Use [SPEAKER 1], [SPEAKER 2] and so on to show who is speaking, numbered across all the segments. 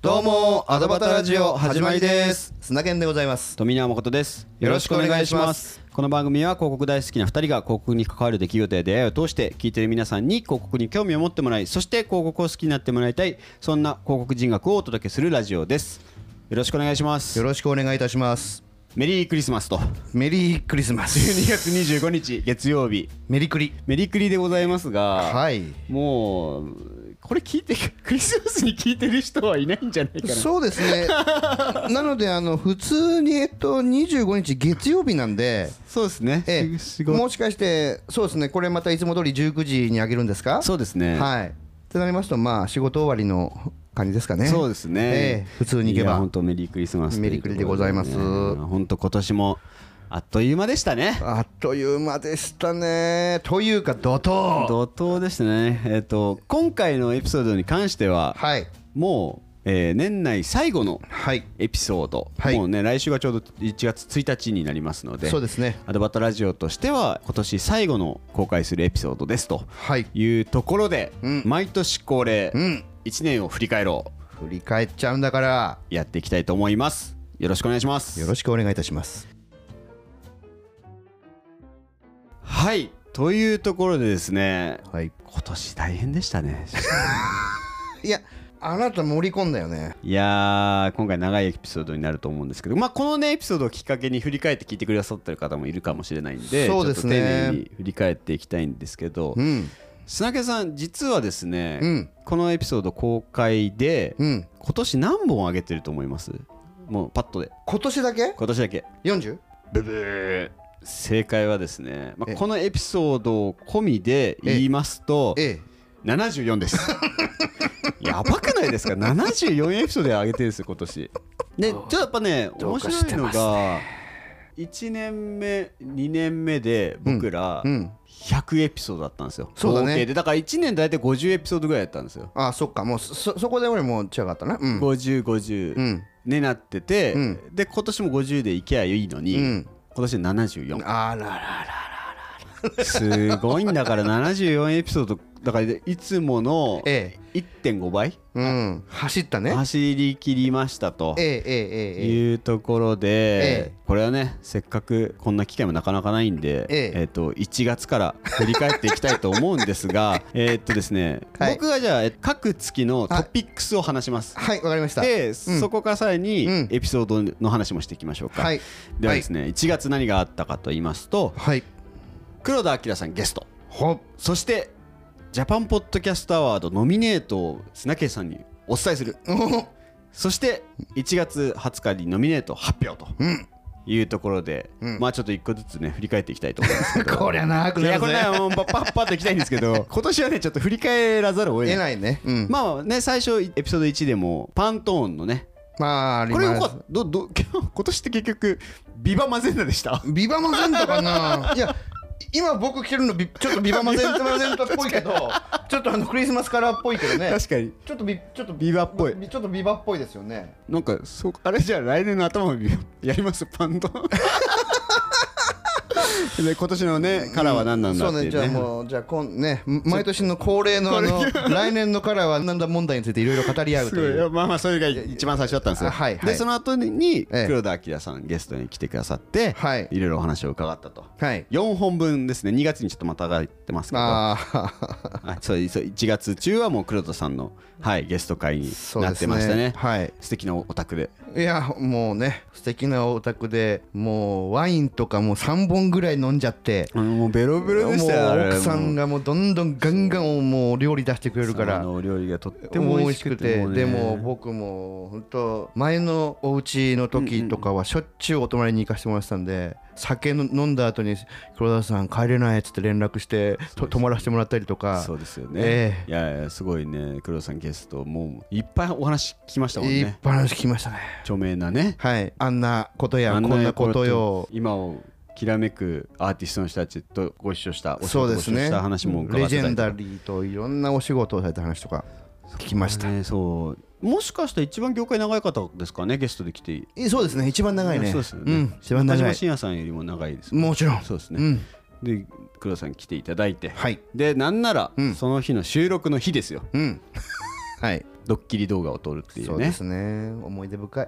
[SPEAKER 1] どうもアドバタラジオ始まりです
[SPEAKER 2] 砂源でございます
[SPEAKER 3] 富永誠です
[SPEAKER 1] よろしくお願いします
[SPEAKER 3] この番組は広告大好きな2人が広告に関わる出来事や出会いを通して聞いている皆さんに広告に興味を持ってもらいそして広告を好きになってもらいたいそんな広告人学をお届けするラジオですよろしくお願いします
[SPEAKER 2] よろしくお願いいたします
[SPEAKER 3] メリークリス マスと
[SPEAKER 2] メリークリスマス
[SPEAKER 3] 12月25日月曜日
[SPEAKER 2] メリクリ
[SPEAKER 3] メリクリでございますが、
[SPEAKER 2] はい
[SPEAKER 3] もうこれ聞いてクリスマスに聞いてる人はいないんじゃないかな
[SPEAKER 2] そうですね なのであの普通にえっと25日月曜日なんで
[SPEAKER 3] そうですね
[SPEAKER 2] ええ
[SPEAKER 3] 仕事
[SPEAKER 2] もしかしてそうですねこれまたいつも通り19時にあげるんですか
[SPEAKER 3] そうですね
[SPEAKER 2] はいってなりますとまあ仕事終わりの感じですかね
[SPEAKER 3] そうですね、
[SPEAKER 2] ええ普通に行けば
[SPEAKER 3] 本当メリークリスマスという
[SPEAKER 2] メリークリでございます
[SPEAKER 3] 本当今年もあっという間でしたね
[SPEAKER 2] あっという間でしたねというか怒涛
[SPEAKER 3] 怒涛でしたねえっ、と今回のエピソードに関しては、
[SPEAKER 2] はい
[SPEAKER 3] もう、えー年内最後の
[SPEAKER 2] はい
[SPEAKER 3] エピソード、
[SPEAKER 2] はい
[SPEAKER 3] もうね来週がちょうど1月1日になりますので
[SPEAKER 2] そうですね
[SPEAKER 3] アドバタラジオとしては今年最後の公開するエピソードですと
[SPEAKER 2] はい
[SPEAKER 3] いうところで、
[SPEAKER 2] うん
[SPEAKER 3] 毎年恒例、
[SPEAKER 2] うん
[SPEAKER 3] 1年を振り返ろう
[SPEAKER 2] 振り返っちゃうんだから
[SPEAKER 3] やっていきたいと思いますよろしくお願いします
[SPEAKER 2] よろしくお願いいたします
[SPEAKER 3] はいというところでですね
[SPEAKER 2] はい
[SPEAKER 3] 今年大変でしたね
[SPEAKER 2] いやあなた盛り込んだよね
[SPEAKER 3] いやー今回長いエピソードになると思うんですけど、まあ、このねエピソードをきっかけに振り返って聞いてくださってる方もいるかもしれないんで
[SPEAKER 2] そうですね
[SPEAKER 3] ちょっと丁寧に振り返っていきたいんですけど
[SPEAKER 2] うん
[SPEAKER 3] 砂毛さん実はですね、
[SPEAKER 2] うん
[SPEAKER 3] このエピソード公開で、
[SPEAKER 2] うん
[SPEAKER 3] 今年何本上げてると思いますもうパッとで
[SPEAKER 2] 今年だけ
[SPEAKER 3] 今年だけ
[SPEAKER 2] 40?
[SPEAKER 3] ブブー正解はですね、ま
[SPEAKER 2] え
[SPEAKER 3] あ、このエピソード込みで言いますと
[SPEAKER 2] え
[SPEAKER 3] 74です やばくないですか74エピソードで上げてるんですよ今年でちょっとやっぱね
[SPEAKER 2] ど
[SPEAKER 3] 面
[SPEAKER 2] うか
[SPEAKER 3] 白
[SPEAKER 2] し
[SPEAKER 3] い
[SPEAKER 2] て
[SPEAKER 3] の
[SPEAKER 2] ます
[SPEAKER 3] が1年目2年目で僕ら
[SPEAKER 2] うんうん
[SPEAKER 3] 100エピソードだったんですよ
[SPEAKER 2] そうだね
[SPEAKER 3] 合計でだから1年大体50エピソードぐらいやったんですよ
[SPEAKER 2] あそっかもうそそこで俺もう違かったなうんう
[SPEAKER 3] 5050
[SPEAKER 2] ん
[SPEAKER 3] になってて
[SPEAKER 2] うん
[SPEAKER 3] で今年も50でいけばいいのに
[SPEAKER 2] う
[SPEAKER 3] 今
[SPEAKER 2] ん
[SPEAKER 3] 年74
[SPEAKER 2] あらら
[SPEAKER 3] すごいんだから74エピソードだからいつも の
[SPEAKER 2] え
[SPEAKER 3] 1.5倍
[SPEAKER 2] うん走ったね
[SPEAKER 3] 走り切りましたと
[SPEAKER 2] ええええええ
[SPEAKER 3] いうところ
[SPEAKER 2] え
[SPEAKER 3] で
[SPEAKER 2] え
[SPEAKER 3] これはねせっかくこんな機会もなかなかないんで
[SPEAKER 2] ええ
[SPEAKER 3] えっと1月から振り返っていきたいと思うんで すがえーっとですね
[SPEAKER 2] はい
[SPEAKER 3] 僕がじゃあ各月のトピックスを話します。
[SPEAKER 2] はいわかりました
[SPEAKER 3] でそこからさらに
[SPEAKER 2] うん
[SPEAKER 3] エピソードの話もしていきましょうか。
[SPEAKER 2] はい
[SPEAKER 3] ではですね1月何があったかと言いますと
[SPEAKER 2] はい
[SPEAKER 3] 黒田明さんゲスト。
[SPEAKER 2] ほっ
[SPEAKER 3] そしてジャパンポッドキャストアワードノミネートを砂家さんにお伝えするそして1月20日にノミネート発表というところで、
[SPEAKER 2] うん
[SPEAKER 3] まあちょっと一個ずつね振り返っていきたいと思いますけど
[SPEAKER 2] こりゃ長く
[SPEAKER 3] い
[SPEAKER 2] な
[SPEAKER 3] や
[SPEAKER 2] る
[SPEAKER 3] これね
[SPEAKER 2] ぜ
[SPEAKER 3] もうパッパッパッといきたいんですけ ど今年はねちょっと振り返らざるを得
[SPEAKER 2] え
[SPEAKER 3] ない
[SPEAKER 2] ないねうん
[SPEAKER 3] まあね最初エピソード1でもパントーンのね
[SPEAKER 2] まああり
[SPEAKER 3] これよ
[SPEAKER 2] ま
[SPEAKER 3] か
[SPEAKER 2] す
[SPEAKER 3] ったどど 今年って結局ビバマゼンダでした
[SPEAKER 2] ビバマゼントかないや今僕着てるのビちょっとビバマゼントマゼントっぽいけどちょっとあのクリスマスカラーっぽいけどね
[SPEAKER 3] 確かに
[SPEAKER 2] ちょっとビちょっと
[SPEAKER 3] ビバっぽい
[SPEAKER 2] ビちょっとビバっぽいですよね
[SPEAKER 3] なんかそうあれじゃあ来年の頭にやりますパンド で今年のねカラーは何なんだ
[SPEAKER 2] そ
[SPEAKER 3] っ
[SPEAKER 2] う
[SPEAKER 3] て
[SPEAKER 2] ね
[SPEAKER 3] いう
[SPEAKER 2] じゃあ
[SPEAKER 3] ね,、
[SPEAKER 2] もうじゃあこんね毎年の恒例のあの来年のカラーはなんだ問題についていろいろ語り合う
[SPEAKER 3] す
[SPEAKER 2] と
[SPEAKER 3] ごいい
[SPEAKER 2] いう
[SPEAKER 3] やまあまあそれが一番最初だったんですよ、
[SPEAKER 2] あはいはい
[SPEAKER 3] でその後に
[SPEAKER 2] ええ
[SPEAKER 3] 黒田明さんゲストに来てくださって、
[SPEAKER 2] はい
[SPEAKER 3] ろいろお話を伺ったと
[SPEAKER 2] はい
[SPEAKER 3] 4本分ですね2月にちょっとまたがってますけど
[SPEAKER 2] まあ
[SPEAKER 3] あそうそう1月中はもう黒田さんの、はい、ゲスト会に
[SPEAKER 2] そう
[SPEAKER 3] な
[SPEAKER 2] で
[SPEAKER 3] って
[SPEAKER 2] す
[SPEAKER 3] ましたね
[SPEAKER 2] ねはい
[SPEAKER 3] 素敵なお宅で
[SPEAKER 2] いやもうね素敵なお宅でもうワインとかもう3本ぐらい飲んじゃって
[SPEAKER 3] もうベロベ
[SPEAKER 2] も
[SPEAKER 3] ロ
[SPEAKER 2] う
[SPEAKER 3] でしたよあれ
[SPEAKER 2] 奥さんがもうどんどんガンガンもう料理出してくれるから
[SPEAKER 3] あのお料理がとって
[SPEAKER 2] で
[SPEAKER 3] も
[SPEAKER 2] も
[SPEAKER 3] 美
[SPEAKER 2] 美
[SPEAKER 3] 味
[SPEAKER 2] 味
[SPEAKER 3] し
[SPEAKER 2] し
[SPEAKER 3] く
[SPEAKER 2] く
[SPEAKER 3] て
[SPEAKER 2] て
[SPEAKER 3] もうね
[SPEAKER 2] でも僕も本当前のお家の時とかはしょっちゅうお泊まりに行かせてもらってたんで酒の飲んだ後に黒田さん帰れないっつって連絡してと泊まらせてもらったりとか
[SPEAKER 3] そうですよね、
[SPEAKER 2] え
[SPEAKER 3] いやいやすごいね黒田さんゲストもういっぱいお話聞きましたもん
[SPEAKER 2] いっ
[SPEAKER 3] ね
[SPEAKER 2] ぱい話聞きましたね
[SPEAKER 3] 著名なね
[SPEAKER 2] はいあんなことやこ
[SPEAKER 3] あ
[SPEAKER 2] んなことよ
[SPEAKER 3] 今をきらめくアーティストの人たちとご一緒したお仕事
[SPEAKER 2] そうです
[SPEAKER 3] ご一緒
[SPEAKER 2] ね
[SPEAKER 3] した話も伺
[SPEAKER 2] レ
[SPEAKER 3] っ
[SPEAKER 2] ジ
[SPEAKER 3] て
[SPEAKER 2] ェ
[SPEAKER 3] たり
[SPEAKER 2] ン
[SPEAKER 3] とか
[SPEAKER 2] ダリーといろんなお仕事をされた話とか聞きました
[SPEAKER 3] ねそうもしかしたら一番業界長い方ですかねゲストで来てい
[SPEAKER 2] えそうですね一番長いね
[SPEAKER 3] そうですよね、
[SPEAKER 2] うん一番長
[SPEAKER 3] 中島
[SPEAKER 2] い
[SPEAKER 3] 信也さんよりも長いです
[SPEAKER 2] もちろん
[SPEAKER 3] そうです
[SPEAKER 2] う
[SPEAKER 3] ね、
[SPEAKER 2] ん
[SPEAKER 3] で黒田さん来ていただいて
[SPEAKER 2] はい
[SPEAKER 3] でなんなら、
[SPEAKER 2] うん
[SPEAKER 3] その日の収録の日ですよ
[SPEAKER 2] うんはい
[SPEAKER 3] ドッキリ動画を撮るってい
[SPEAKER 2] そううで
[SPEAKER 3] ね
[SPEAKER 2] すね思い出深い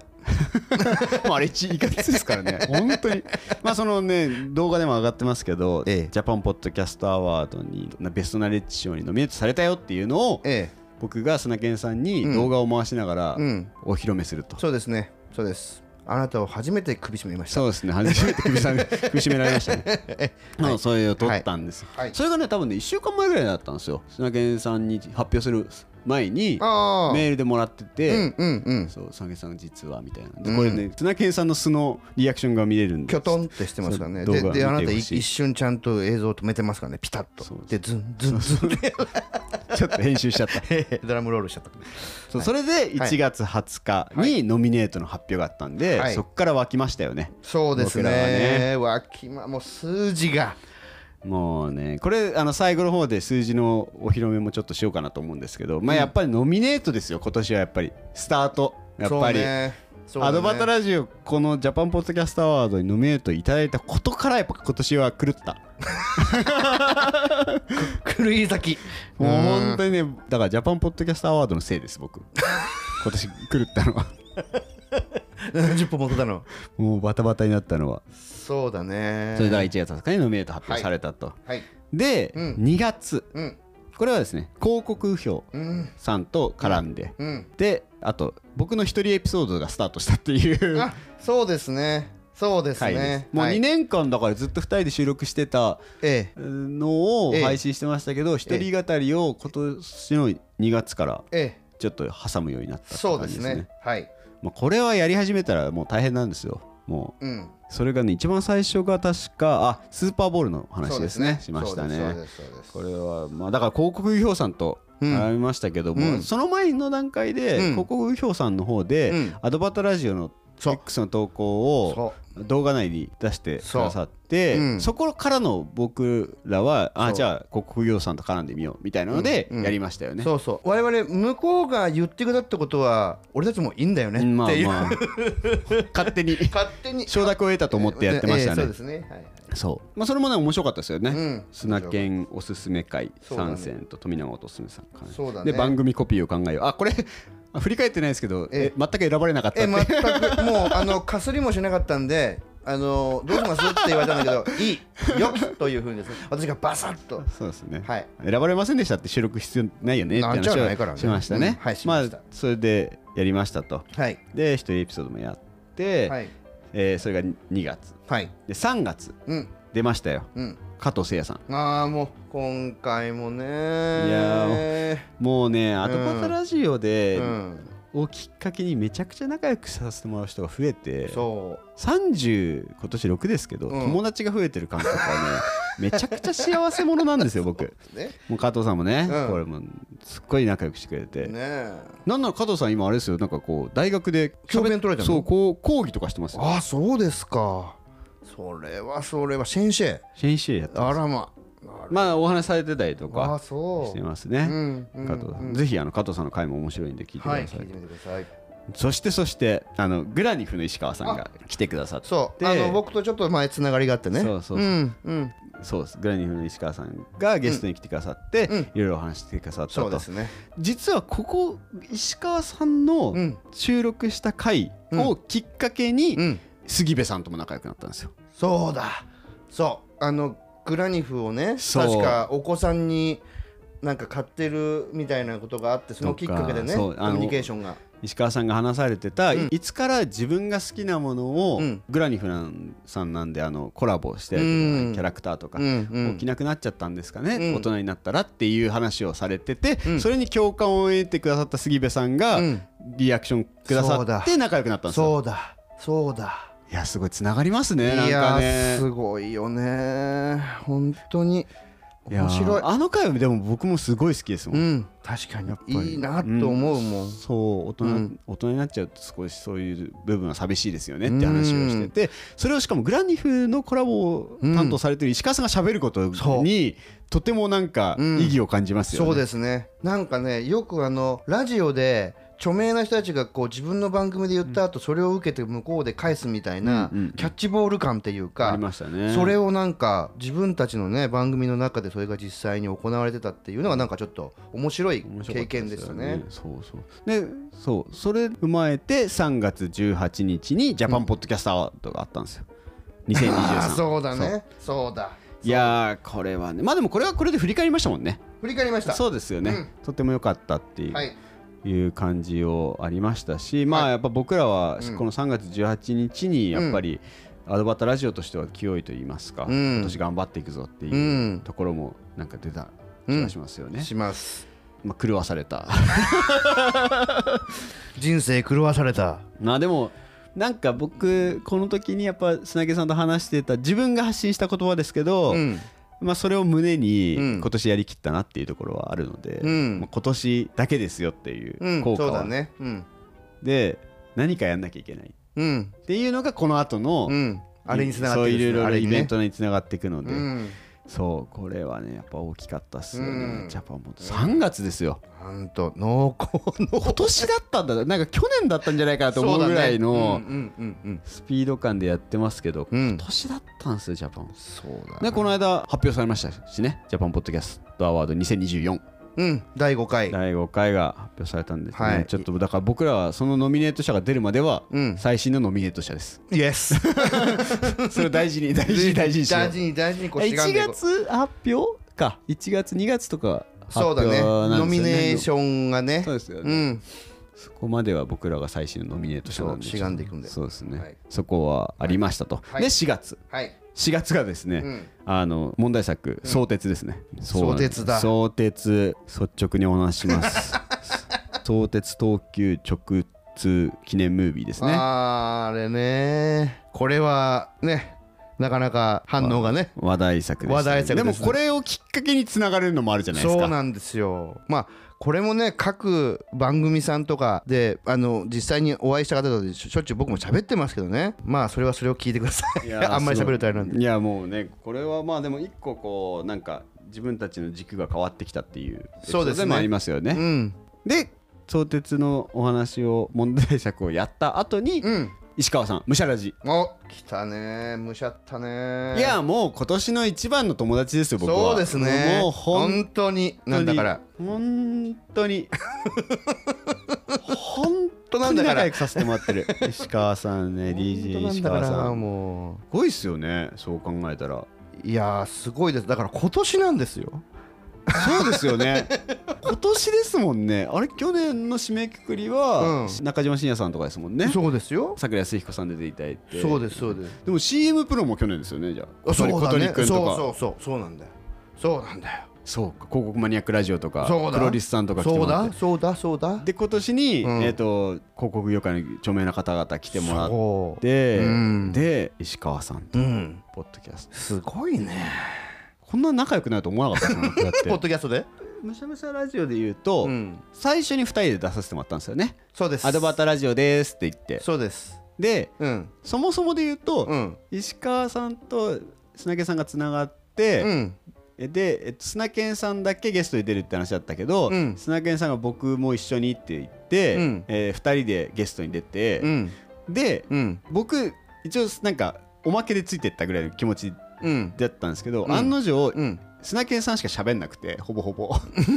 [SPEAKER 3] もうあれ1位か月ですからね 本当にまあそのね動画でも上がってますけど、
[SPEAKER 2] ええ
[SPEAKER 3] ジャパンポッドキャストアワードにベストナレッジ賞にノミネートされたよっていうのを
[SPEAKER 2] ええ
[SPEAKER 3] 僕が砂健さんに
[SPEAKER 2] うん
[SPEAKER 3] 動画を回しながら
[SPEAKER 2] うん
[SPEAKER 3] お披露目すると、
[SPEAKER 2] そうですねそうですあなたを初めて首絞めました
[SPEAKER 3] そうですね初めて首さん首絞められま したね、あのそれを撮ったんです、
[SPEAKER 2] はい
[SPEAKER 3] それがね多分ね1週間前ぐらいだったんですよ砂健さんに発表する前に
[SPEAKER 2] ああ
[SPEAKER 3] メールでもらってて、
[SPEAKER 2] うんうんうん
[SPEAKER 3] そう砂健さん実はみたいなでこれね砂健さんの素のリアクションが見れるんで
[SPEAKER 2] きょとんってしてますからね
[SPEAKER 3] そう
[SPEAKER 2] で
[SPEAKER 3] 動画
[SPEAKER 2] であな
[SPEAKER 3] 見
[SPEAKER 2] た
[SPEAKER 3] て
[SPEAKER 2] い
[SPEAKER 3] ほしい
[SPEAKER 2] 一瞬ちゃんと映像を止めてますからねピタッ
[SPEAKER 3] そう
[SPEAKER 2] とでズンズンズンで
[SPEAKER 3] ちょっと編集しち ゃった。
[SPEAKER 2] ドラムロールしちゃった
[SPEAKER 3] そうそれで1月20日にノミネートの発表があったんで、
[SPEAKER 2] はい
[SPEAKER 3] そこから沸きましたよね。
[SPEAKER 2] そうです
[SPEAKER 3] 僕らは
[SPEAKER 2] ね
[SPEAKER 3] ね
[SPEAKER 2] わきまもう数字が
[SPEAKER 3] もうね、これあの最後の方で数字のお披露目もちょっとしようかなと思うんですけど、まあやっぱりノミネートですよ。今年はやっぱりスタートやっぱり。
[SPEAKER 2] そうねそうだ
[SPEAKER 3] ア
[SPEAKER 2] ね
[SPEAKER 3] ドバタラジオこのジャパンポッドキャストアワードにノミネートいただいたことからやっぱ今年は狂った
[SPEAKER 2] 狂い咲き
[SPEAKER 3] もう本当にねだからジャパンポッドキャストアワードのせいです僕今年狂ったのは
[SPEAKER 2] 70本も取ったの
[SPEAKER 3] もうバタバタになったのは
[SPEAKER 2] そうだね
[SPEAKER 3] それでは1月20日にノミネート発表されたと、
[SPEAKER 2] はい
[SPEAKER 3] で、
[SPEAKER 2] うん
[SPEAKER 3] 2月
[SPEAKER 2] うん
[SPEAKER 3] これはですね広告票
[SPEAKER 2] うん
[SPEAKER 3] さんと絡んで、
[SPEAKER 2] うん
[SPEAKER 3] であと僕の一人エピソードがスタートしたっていう
[SPEAKER 2] あそうですねそうです
[SPEAKER 3] 回です
[SPEAKER 2] ね
[SPEAKER 3] もう
[SPEAKER 2] はい
[SPEAKER 3] 2年間だからずっと2人で収録してた
[SPEAKER 2] ええ
[SPEAKER 3] のを
[SPEAKER 2] ええ
[SPEAKER 3] 配信してましたけど一人語りを今年の2月から
[SPEAKER 2] ええ
[SPEAKER 3] ちょっと挟むようになったって
[SPEAKER 2] そう
[SPEAKER 3] 感
[SPEAKER 2] で
[SPEAKER 3] じ
[SPEAKER 2] す
[SPEAKER 3] ですね
[SPEAKER 2] ねはい
[SPEAKER 3] まあこれはやり始めたらもう大変なんですよもう
[SPEAKER 2] うん
[SPEAKER 3] それがね一番最初が確かあスーパーボールの話ですねしましたね
[SPEAKER 2] そうですそうですそ
[SPEAKER 3] こ
[SPEAKER 2] う
[SPEAKER 3] れはまあだから広告業さんと
[SPEAKER 2] うん
[SPEAKER 3] 並びましたけども、
[SPEAKER 2] うん
[SPEAKER 3] その前の段階
[SPEAKER 2] う
[SPEAKER 3] で
[SPEAKER 2] ん
[SPEAKER 3] 広告業さんの方で、
[SPEAKER 2] うん
[SPEAKER 3] アドバタラジオの
[SPEAKER 2] そう
[SPEAKER 3] X の投稿
[SPEAKER 2] ですそ
[SPEAKER 3] を動画内に出してくださって
[SPEAKER 2] そ
[SPEAKER 3] そ,、
[SPEAKER 2] ううん
[SPEAKER 3] こからの僕らは
[SPEAKER 2] そ
[SPEAKER 3] あ
[SPEAKER 2] う
[SPEAKER 3] じゃあ広告業さんと絡んでみようみたいなので
[SPEAKER 2] うんうん
[SPEAKER 3] やりましたよ
[SPEAKER 2] う
[SPEAKER 3] ね。
[SPEAKER 2] そうそう我々向こうが言ってくれたってことは俺たちもいいんだよね
[SPEAKER 3] ま
[SPEAKER 2] っ
[SPEAKER 3] あ
[SPEAKER 2] ていう、
[SPEAKER 3] まあ 勝手に
[SPEAKER 2] 勝手に
[SPEAKER 3] 承諾を得たと思ってやってました
[SPEAKER 2] ええ
[SPEAKER 3] ね
[SPEAKER 2] そうで。すねはい
[SPEAKER 3] そうまあそれもね面白かったですよね。
[SPEAKER 2] うん
[SPEAKER 3] 砂犬おすすめ会
[SPEAKER 2] そうだね
[SPEAKER 3] 参戦と富永おすすめさんからね
[SPEAKER 2] そうだね
[SPEAKER 3] で番組コピーを考えようあこれあ振り返ってないですけどえ
[SPEAKER 2] え
[SPEAKER 3] 全く選ばれなかった
[SPEAKER 2] え
[SPEAKER 3] って、
[SPEAKER 2] 全くもうあのかすりもしなかったんであのどうしますって言われたんだけど いいよというふうにですね私がバサッと
[SPEAKER 3] そうですね、
[SPEAKER 2] はい
[SPEAKER 3] 選ばれませんでしたって収録必要ないよねって
[SPEAKER 2] なん
[SPEAKER 3] 話
[SPEAKER 2] じゃないから
[SPEAKER 3] を
[SPEAKER 2] ね
[SPEAKER 3] しましたね、
[SPEAKER 2] うんはいしました
[SPEAKER 3] あそれでやりましたと
[SPEAKER 2] はい
[SPEAKER 3] で一人エピソードもやって、
[SPEAKER 2] はい
[SPEAKER 3] えーそれが2月
[SPEAKER 2] はい
[SPEAKER 3] で3月
[SPEAKER 2] うん
[SPEAKER 3] 出ましたよ
[SPEAKER 2] うん
[SPEAKER 3] 加藤誠也さん
[SPEAKER 2] ああもう今回もねい
[SPEAKER 3] やーもうねアドバタラジオで、
[SPEAKER 2] うん
[SPEAKER 3] をきっかけにめちゃくちゃ仲良くさせてもらう人が増えて
[SPEAKER 2] そ
[SPEAKER 3] 30今年6ですけど、
[SPEAKER 2] うん
[SPEAKER 3] 友達が増えてる感覚はねめちゃくちゃ幸せ者なんですよ僕
[SPEAKER 2] うね
[SPEAKER 3] もう加藤さんもね、
[SPEAKER 2] うん
[SPEAKER 3] これもうすっごい仲良くしてくれ
[SPEAKER 2] ね
[SPEAKER 3] て、
[SPEAKER 2] え
[SPEAKER 3] なんなら加藤さん今あれですよなんかこう大学で
[SPEAKER 2] 教鞭取られたの
[SPEAKER 3] そうこう講義とかしてますよ
[SPEAKER 2] ああそうですかそれはそれは先生
[SPEAKER 3] 先生やった
[SPEAKER 2] あらま
[SPEAKER 3] まあお話しされてたりと
[SPEAKER 2] ああ
[SPEAKER 3] か
[SPEAKER 2] そ
[SPEAKER 3] して
[SPEAKER 2] う
[SPEAKER 3] ます
[SPEAKER 2] う
[SPEAKER 3] ね、
[SPEAKER 2] んうん
[SPEAKER 3] 加藤さん、
[SPEAKER 2] うん
[SPEAKER 3] ぜひあの加藤さんの回も面白いんで聞いてくだ
[SPEAKER 2] は
[SPEAKER 3] さ
[SPEAKER 2] い
[SPEAKER 3] い、
[SPEAKER 2] 聞いてみてください
[SPEAKER 3] そしてそしてあのグラニフの石川さんが来てくださって
[SPEAKER 2] そうあの僕とちょっと前つながりがあってね
[SPEAKER 3] そうそうそう
[SPEAKER 2] うんうん
[SPEAKER 3] そうですグラニフの石川さんがゲストに来てくださって、
[SPEAKER 2] うんうん
[SPEAKER 3] いろいろお話してくださった
[SPEAKER 2] そう
[SPEAKER 3] と
[SPEAKER 2] ですね
[SPEAKER 3] 実はここ石川さんの
[SPEAKER 2] うん
[SPEAKER 3] 収録した回をきっかけに、
[SPEAKER 2] うん
[SPEAKER 3] 杉部さんとも仲良くなったんですよ
[SPEAKER 2] そうだそうあのグラニフをね
[SPEAKER 3] そう
[SPEAKER 2] 確かお子さんになんか買ってるみたいなことがあってそのきっかけでね
[SPEAKER 3] そ
[SPEAKER 2] コ
[SPEAKER 3] う
[SPEAKER 2] ミ
[SPEAKER 3] あの
[SPEAKER 2] ュニケーションが
[SPEAKER 3] 石川さんが話されてた、
[SPEAKER 2] ん
[SPEAKER 3] いつから自分が好きなものを、
[SPEAKER 2] うん
[SPEAKER 3] グラニフさんなんであのコラボしてる
[SPEAKER 2] うん
[SPEAKER 3] キャラクターとか、
[SPEAKER 2] うんう
[SPEAKER 3] 起
[SPEAKER 2] ん
[SPEAKER 3] きなくなっちゃったんですかね、
[SPEAKER 2] うん
[SPEAKER 3] 大人になったらっていう話をされてて、
[SPEAKER 2] うん
[SPEAKER 3] それに共感を得てくださった杉部さんが、
[SPEAKER 2] うん
[SPEAKER 3] リアクションくだ
[SPEAKER 2] そう
[SPEAKER 3] さ
[SPEAKER 2] だ
[SPEAKER 3] って仲良くなったんですよ
[SPEAKER 2] そうだそうだ
[SPEAKER 3] いやすごいつながりますねなん
[SPEAKER 2] いや
[SPEAKER 3] かね
[SPEAKER 2] ーすごいよね本当に
[SPEAKER 3] いや
[SPEAKER 2] 面白い
[SPEAKER 3] あの回はでも僕もすごい好きですも、
[SPEAKER 2] うんん確かに
[SPEAKER 3] ぱり
[SPEAKER 2] いいなと思うもん、
[SPEAKER 3] そう大人,、
[SPEAKER 2] うん
[SPEAKER 3] 大人になっちゃうと少しそういう部分は寂しいですよねって話をしてて、それをしかもグラニフのコラボを担当されてる石川さんが喋ること
[SPEAKER 2] そう
[SPEAKER 3] に、とてもなんか
[SPEAKER 2] うん
[SPEAKER 3] 意義を感じますよね、
[SPEAKER 2] そうですねなんかねよくあのラジオで著名な人たちがこう自分の番組で言った後それを受けて向こうで返すみたいな
[SPEAKER 3] うんうんうん
[SPEAKER 2] キャッチボール感っていう
[SPEAKER 3] あ
[SPEAKER 2] か
[SPEAKER 3] りましたね
[SPEAKER 2] それをなんか自分たちのね番組の中でそれが実際に行われてたっていうのがなんかちょっと面白い
[SPEAKER 3] 面白か
[SPEAKER 2] 経
[SPEAKER 3] った
[SPEAKER 2] 験でしたね。
[SPEAKER 3] そうそうでそうそれ踏まえて3月18日にジャパンポッドキャストアワードがあったんですよ、
[SPEAKER 2] あー
[SPEAKER 3] 2023
[SPEAKER 2] そうだねそうだ
[SPEAKER 3] いやーこれはねまあでもこれはこれで振り返りましたもんね
[SPEAKER 2] 振り返りました
[SPEAKER 3] そうですよね、とても良かったっていう、、
[SPEAKER 2] はいいう
[SPEAKER 3] 感じをありましたしま
[SPEAKER 2] は
[SPEAKER 3] あ
[SPEAKER 2] い
[SPEAKER 3] やっぱ僕らは
[SPEAKER 2] うん
[SPEAKER 3] この3月18日にやっぱり、アドバタラジオとしては清いと言いますか、
[SPEAKER 2] うん
[SPEAKER 3] 今年頑張っていくぞっていう、
[SPEAKER 2] うん
[SPEAKER 3] ところもなんか出た気がしますよね、
[SPEAKER 2] します
[SPEAKER 3] まあ、狂わされた
[SPEAKER 2] 人生狂わされた
[SPEAKER 3] まあでもなんか僕この時にやっぱ砂毛さんと話してた自分が発信した言葉ですけど、
[SPEAKER 2] うん
[SPEAKER 3] まあ、それを胸に
[SPEAKER 2] うん
[SPEAKER 3] 今年やりきったなっていうところはあるので、
[SPEAKER 2] うん
[SPEAKER 3] まあ今年だけですよって
[SPEAKER 2] う
[SPEAKER 3] いうん効果
[SPEAKER 2] そう
[SPEAKER 3] は、
[SPEAKER 2] だねうん
[SPEAKER 3] で何かやんなきゃいけないっ
[SPEAKER 2] うん
[SPEAKER 3] ていうのがこの後の、
[SPEAKER 2] うんあれにつながってるんですね
[SPEAKER 3] そういろ
[SPEAKER 2] あ
[SPEAKER 3] いろ
[SPEAKER 2] れ
[SPEAKER 3] イ
[SPEAKER 2] にね
[SPEAKER 3] ベントにつながっていくので、
[SPEAKER 2] うん
[SPEAKER 3] そうこれはねやっぱ大きかったっすよね、
[SPEAKER 2] うん
[SPEAKER 3] ジャパンも3月ですよ
[SPEAKER 2] なんと濃厚の
[SPEAKER 3] 今年だったんだなんか去年だったんじゃないかなと思うぐらいの
[SPEAKER 2] そうだねうんうんうん
[SPEAKER 3] スピード感でやってますけど、
[SPEAKER 2] うん
[SPEAKER 3] 今年だったんですよジャパン
[SPEAKER 2] そうだ
[SPEAKER 3] ね、この間発表されましたしね、ジャパンポッドキャストアワード2024、
[SPEAKER 2] うん第5回
[SPEAKER 3] 第5回が発表されたんですね、
[SPEAKER 2] はい
[SPEAKER 3] ちょっとだから僕らはそのノミネート者が出るまでは、
[SPEAKER 2] うん
[SPEAKER 3] 最新のノミネート 者です。
[SPEAKER 2] イエス
[SPEAKER 3] それ大事に、大事に、大事にしよう
[SPEAKER 2] 大事に大事にこうしがん
[SPEAKER 3] 1
[SPEAKER 2] でいこう
[SPEAKER 3] 月発表か、1月、2月とか発
[SPEAKER 2] そう
[SPEAKER 3] 表
[SPEAKER 2] だ
[SPEAKER 3] なん
[SPEAKER 2] ね
[SPEAKER 3] ですよね、
[SPEAKER 2] ノミネーシ
[SPEAKER 3] ョン。
[SPEAKER 2] ョンがね
[SPEAKER 3] そうですよ
[SPEAKER 2] う
[SPEAKER 3] ね、
[SPEAKER 2] ん
[SPEAKER 3] そこまでは僕らが最新のノミネート者なんで
[SPEAKER 2] そうしがんでいくんだよ
[SPEAKER 3] そうですね、
[SPEAKER 2] はい
[SPEAKER 3] そこはありましたと、
[SPEAKER 2] はい
[SPEAKER 3] で4月
[SPEAKER 2] はい
[SPEAKER 3] 4月がですね、
[SPEAKER 2] うん
[SPEAKER 3] あの問題作、相鉄ですね。そうなんで
[SPEAKER 2] 相鉄
[SPEAKER 3] す
[SPEAKER 2] だ
[SPEAKER 3] 相鉄、率直にお話し します。相鉄東急直通記念ムービーですね。
[SPEAKER 2] あーあれねこれはねなかなか反応がね
[SPEAKER 3] 話題作です、
[SPEAKER 2] 話題作
[SPEAKER 3] で
[SPEAKER 2] です
[SPEAKER 3] も
[SPEAKER 2] ね
[SPEAKER 3] これをきっかけにつながれるのもあるじゃないですか。
[SPEAKER 2] そうなんですよまあこれもね各番組さんとかであの実際にお会いした方としょしょっちゅう僕も喋ってますけどねまあそれはそれを聞いてください
[SPEAKER 3] い や
[SPEAKER 2] あんまり喋るとあれなんで
[SPEAKER 3] いやもうねこれはまあでも一個こうなんか自分たちの軸が変わってきたっていう
[SPEAKER 2] そうですね
[SPEAKER 3] エピソードもありますよ
[SPEAKER 2] う
[SPEAKER 3] ね。
[SPEAKER 2] ん
[SPEAKER 3] で相鉄のお話を問題作をやった後に、
[SPEAKER 2] うん
[SPEAKER 3] 石川さんむしゃらじ
[SPEAKER 2] お来たねむしゃったね
[SPEAKER 3] いやもう今年の一番の友達ですよ僕は
[SPEAKER 2] そうですね
[SPEAKER 3] もう本
[SPEAKER 2] 本当に
[SPEAKER 3] 当
[SPEAKER 2] な
[SPEAKER 3] に
[SPEAKER 2] んだから
[SPEAKER 3] 本 当に本当
[SPEAKER 2] な
[SPEAKER 3] に
[SPEAKER 2] んだから
[SPEAKER 3] 仲良くさせてもらってる石川さんね DJ
[SPEAKER 2] 本
[SPEAKER 3] 石
[SPEAKER 2] 当なん
[SPEAKER 3] 川
[SPEAKER 2] だか
[SPEAKER 3] さ
[SPEAKER 2] ら
[SPEAKER 3] ん
[SPEAKER 2] も
[SPEAKER 3] すごいっすよねそう考えたら
[SPEAKER 2] ういやーすごいですだから今年なんですよ
[SPEAKER 3] そうですよね今年ですもんねあれ去年の締めくくりは、
[SPEAKER 2] う
[SPEAKER 3] 中島信也さんとかですもんね
[SPEAKER 2] そうですよ
[SPEAKER 3] 桜井康彦さん出ていただいて
[SPEAKER 2] そうですそうです
[SPEAKER 3] でも CM プロも去年ですよねじゃあ
[SPEAKER 2] あそう
[SPEAKER 3] 小
[SPEAKER 2] だ
[SPEAKER 3] 鳥
[SPEAKER 2] ね
[SPEAKER 3] くんとか
[SPEAKER 2] そうそうそうそうなんだよそうなんだよ
[SPEAKER 3] そうか広告マニアックラジオとか
[SPEAKER 2] そうだ
[SPEAKER 3] プロリスさんとか来て
[SPEAKER 2] そ
[SPEAKER 3] も
[SPEAKER 2] う
[SPEAKER 3] らって
[SPEAKER 2] だそうだそうだ
[SPEAKER 3] で今年に、
[SPEAKER 2] うん
[SPEAKER 3] えー、と広告業界の著名な方々来てもらっ
[SPEAKER 2] そう
[SPEAKER 3] て、
[SPEAKER 2] うん
[SPEAKER 3] で石川さんと
[SPEAKER 2] うん
[SPEAKER 3] ポッドキャスト
[SPEAKER 2] すごいね
[SPEAKER 3] こんな仲良くなると思わなかったですもんだ
[SPEAKER 2] ポッド
[SPEAKER 3] って
[SPEAKER 2] キャストで
[SPEAKER 3] むしゃむしゃラジオで言うと、
[SPEAKER 2] うん
[SPEAKER 3] 最初に2人で出させてもらったんですよね
[SPEAKER 2] そうで
[SPEAKER 3] 「
[SPEAKER 2] す
[SPEAKER 3] アドバタラジオです」って言って
[SPEAKER 2] そうです
[SPEAKER 3] で
[SPEAKER 2] うん
[SPEAKER 3] そもそもで言うと、
[SPEAKER 2] うん
[SPEAKER 3] 石川さんと砂毛さんがつながって、
[SPEAKER 2] うん
[SPEAKER 3] えで、えっと、砂犬さんだけゲストで出るって話だったけど、
[SPEAKER 2] うん
[SPEAKER 3] 砂犬さんが僕も一緒にって言って、
[SPEAKER 2] うん
[SPEAKER 3] え2人でゲストに出て
[SPEAKER 2] う、ん
[SPEAKER 3] で、
[SPEAKER 2] うん
[SPEAKER 3] 僕一応なんかおまけでついてったぐらいの気持ち
[SPEAKER 2] うん
[SPEAKER 3] だったんですけど、
[SPEAKER 2] うん
[SPEAKER 3] 案の定、
[SPEAKER 2] うん
[SPEAKER 3] 砂犬さんしか喋んなくてほぼほぼ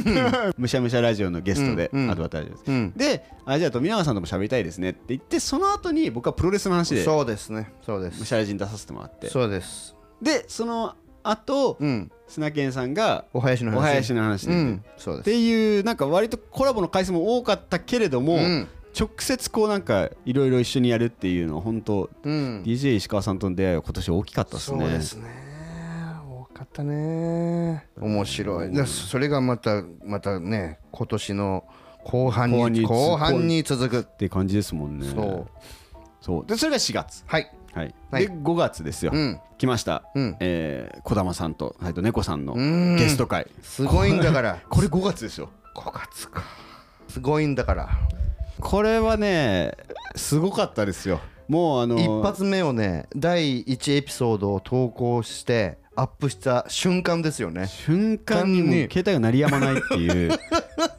[SPEAKER 3] むしゃむしゃラジオのゲストで、
[SPEAKER 2] うんうん
[SPEAKER 3] アドバタージです
[SPEAKER 2] うん
[SPEAKER 3] であじゃあ富永さんとも喋りたいですねって言ってその後に僕はプロレスの話で
[SPEAKER 2] そうですねそうで
[SPEAKER 3] む
[SPEAKER 2] す
[SPEAKER 3] しゃラジに出させてもらって
[SPEAKER 2] そうです
[SPEAKER 3] でその後、
[SPEAKER 2] うん
[SPEAKER 3] 砂犬さんが
[SPEAKER 2] お囃子の話
[SPEAKER 3] お囃子の話で、
[SPEAKER 2] うんそう
[SPEAKER 3] っ
[SPEAKER 2] です
[SPEAKER 3] ていうなんか割とコラボの回数も多かったけれども、
[SPEAKER 2] うん
[SPEAKER 3] 直接こうなんかいろいろ一緒にやるっていうのは本当
[SPEAKER 2] うん
[SPEAKER 3] DJ 石川さんとの出会いは今年大きかったですね。
[SPEAKER 2] そうですね多かったね面白いだそれがまたまたね今年の後半
[SPEAKER 3] 後半に
[SPEAKER 2] に後半に続く
[SPEAKER 3] って感じですもんね。
[SPEAKER 2] そう
[SPEAKER 3] そうでそれが4月。
[SPEAKER 2] はい
[SPEAKER 3] はい。
[SPEAKER 2] はい
[SPEAKER 3] で5月ですよ。
[SPEAKER 2] うん
[SPEAKER 3] 来ました。
[SPEAKER 2] うん
[SPEAKER 3] えー、小玉さんとはいと猫さんの
[SPEAKER 2] ん
[SPEAKER 3] ゲスト会。
[SPEAKER 2] すごいんだから
[SPEAKER 3] これ5月ですよ。
[SPEAKER 2] 5月かすごいんだから
[SPEAKER 3] これはねすごかったですよ。もうあの
[SPEAKER 2] 一発目をね第1エピソードを投稿してアップした瞬間ですよね
[SPEAKER 3] 瞬間にもう
[SPEAKER 2] 瞬間に
[SPEAKER 3] 携帯が鳴りやまないっていう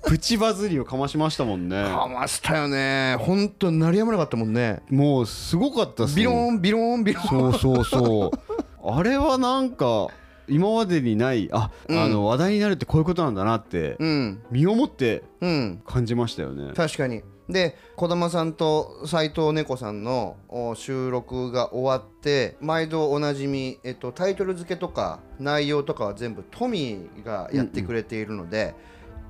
[SPEAKER 3] プチバズりをかましましたもんね
[SPEAKER 2] かましたよね本当鳴りやまなかったもんね
[SPEAKER 3] もうすごかったっす
[SPEAKER 2] ビ
[SPEAKER 3] ね
[SPEAKER 2] ローンビローンビローン
[SPEAKER 3] そうそうそうあれはなんか今までにないあ,、
[SPEAKER 2] うん
[SPEAKER 3] あの話題になるってこういうことなんだなって
[SPEAKER 2] うん
[SPEAKER 3] 身をもって
[SPEAKER 2] うん
[SPEAKER 3] 感じましたよね
[SPEAKER 2] 確かにで児玉さんと斎藤猫さんのお収録が終わって毎度おなじみ、えっと、タイトル付けとか内容とかは全部トミーがやってくれているので、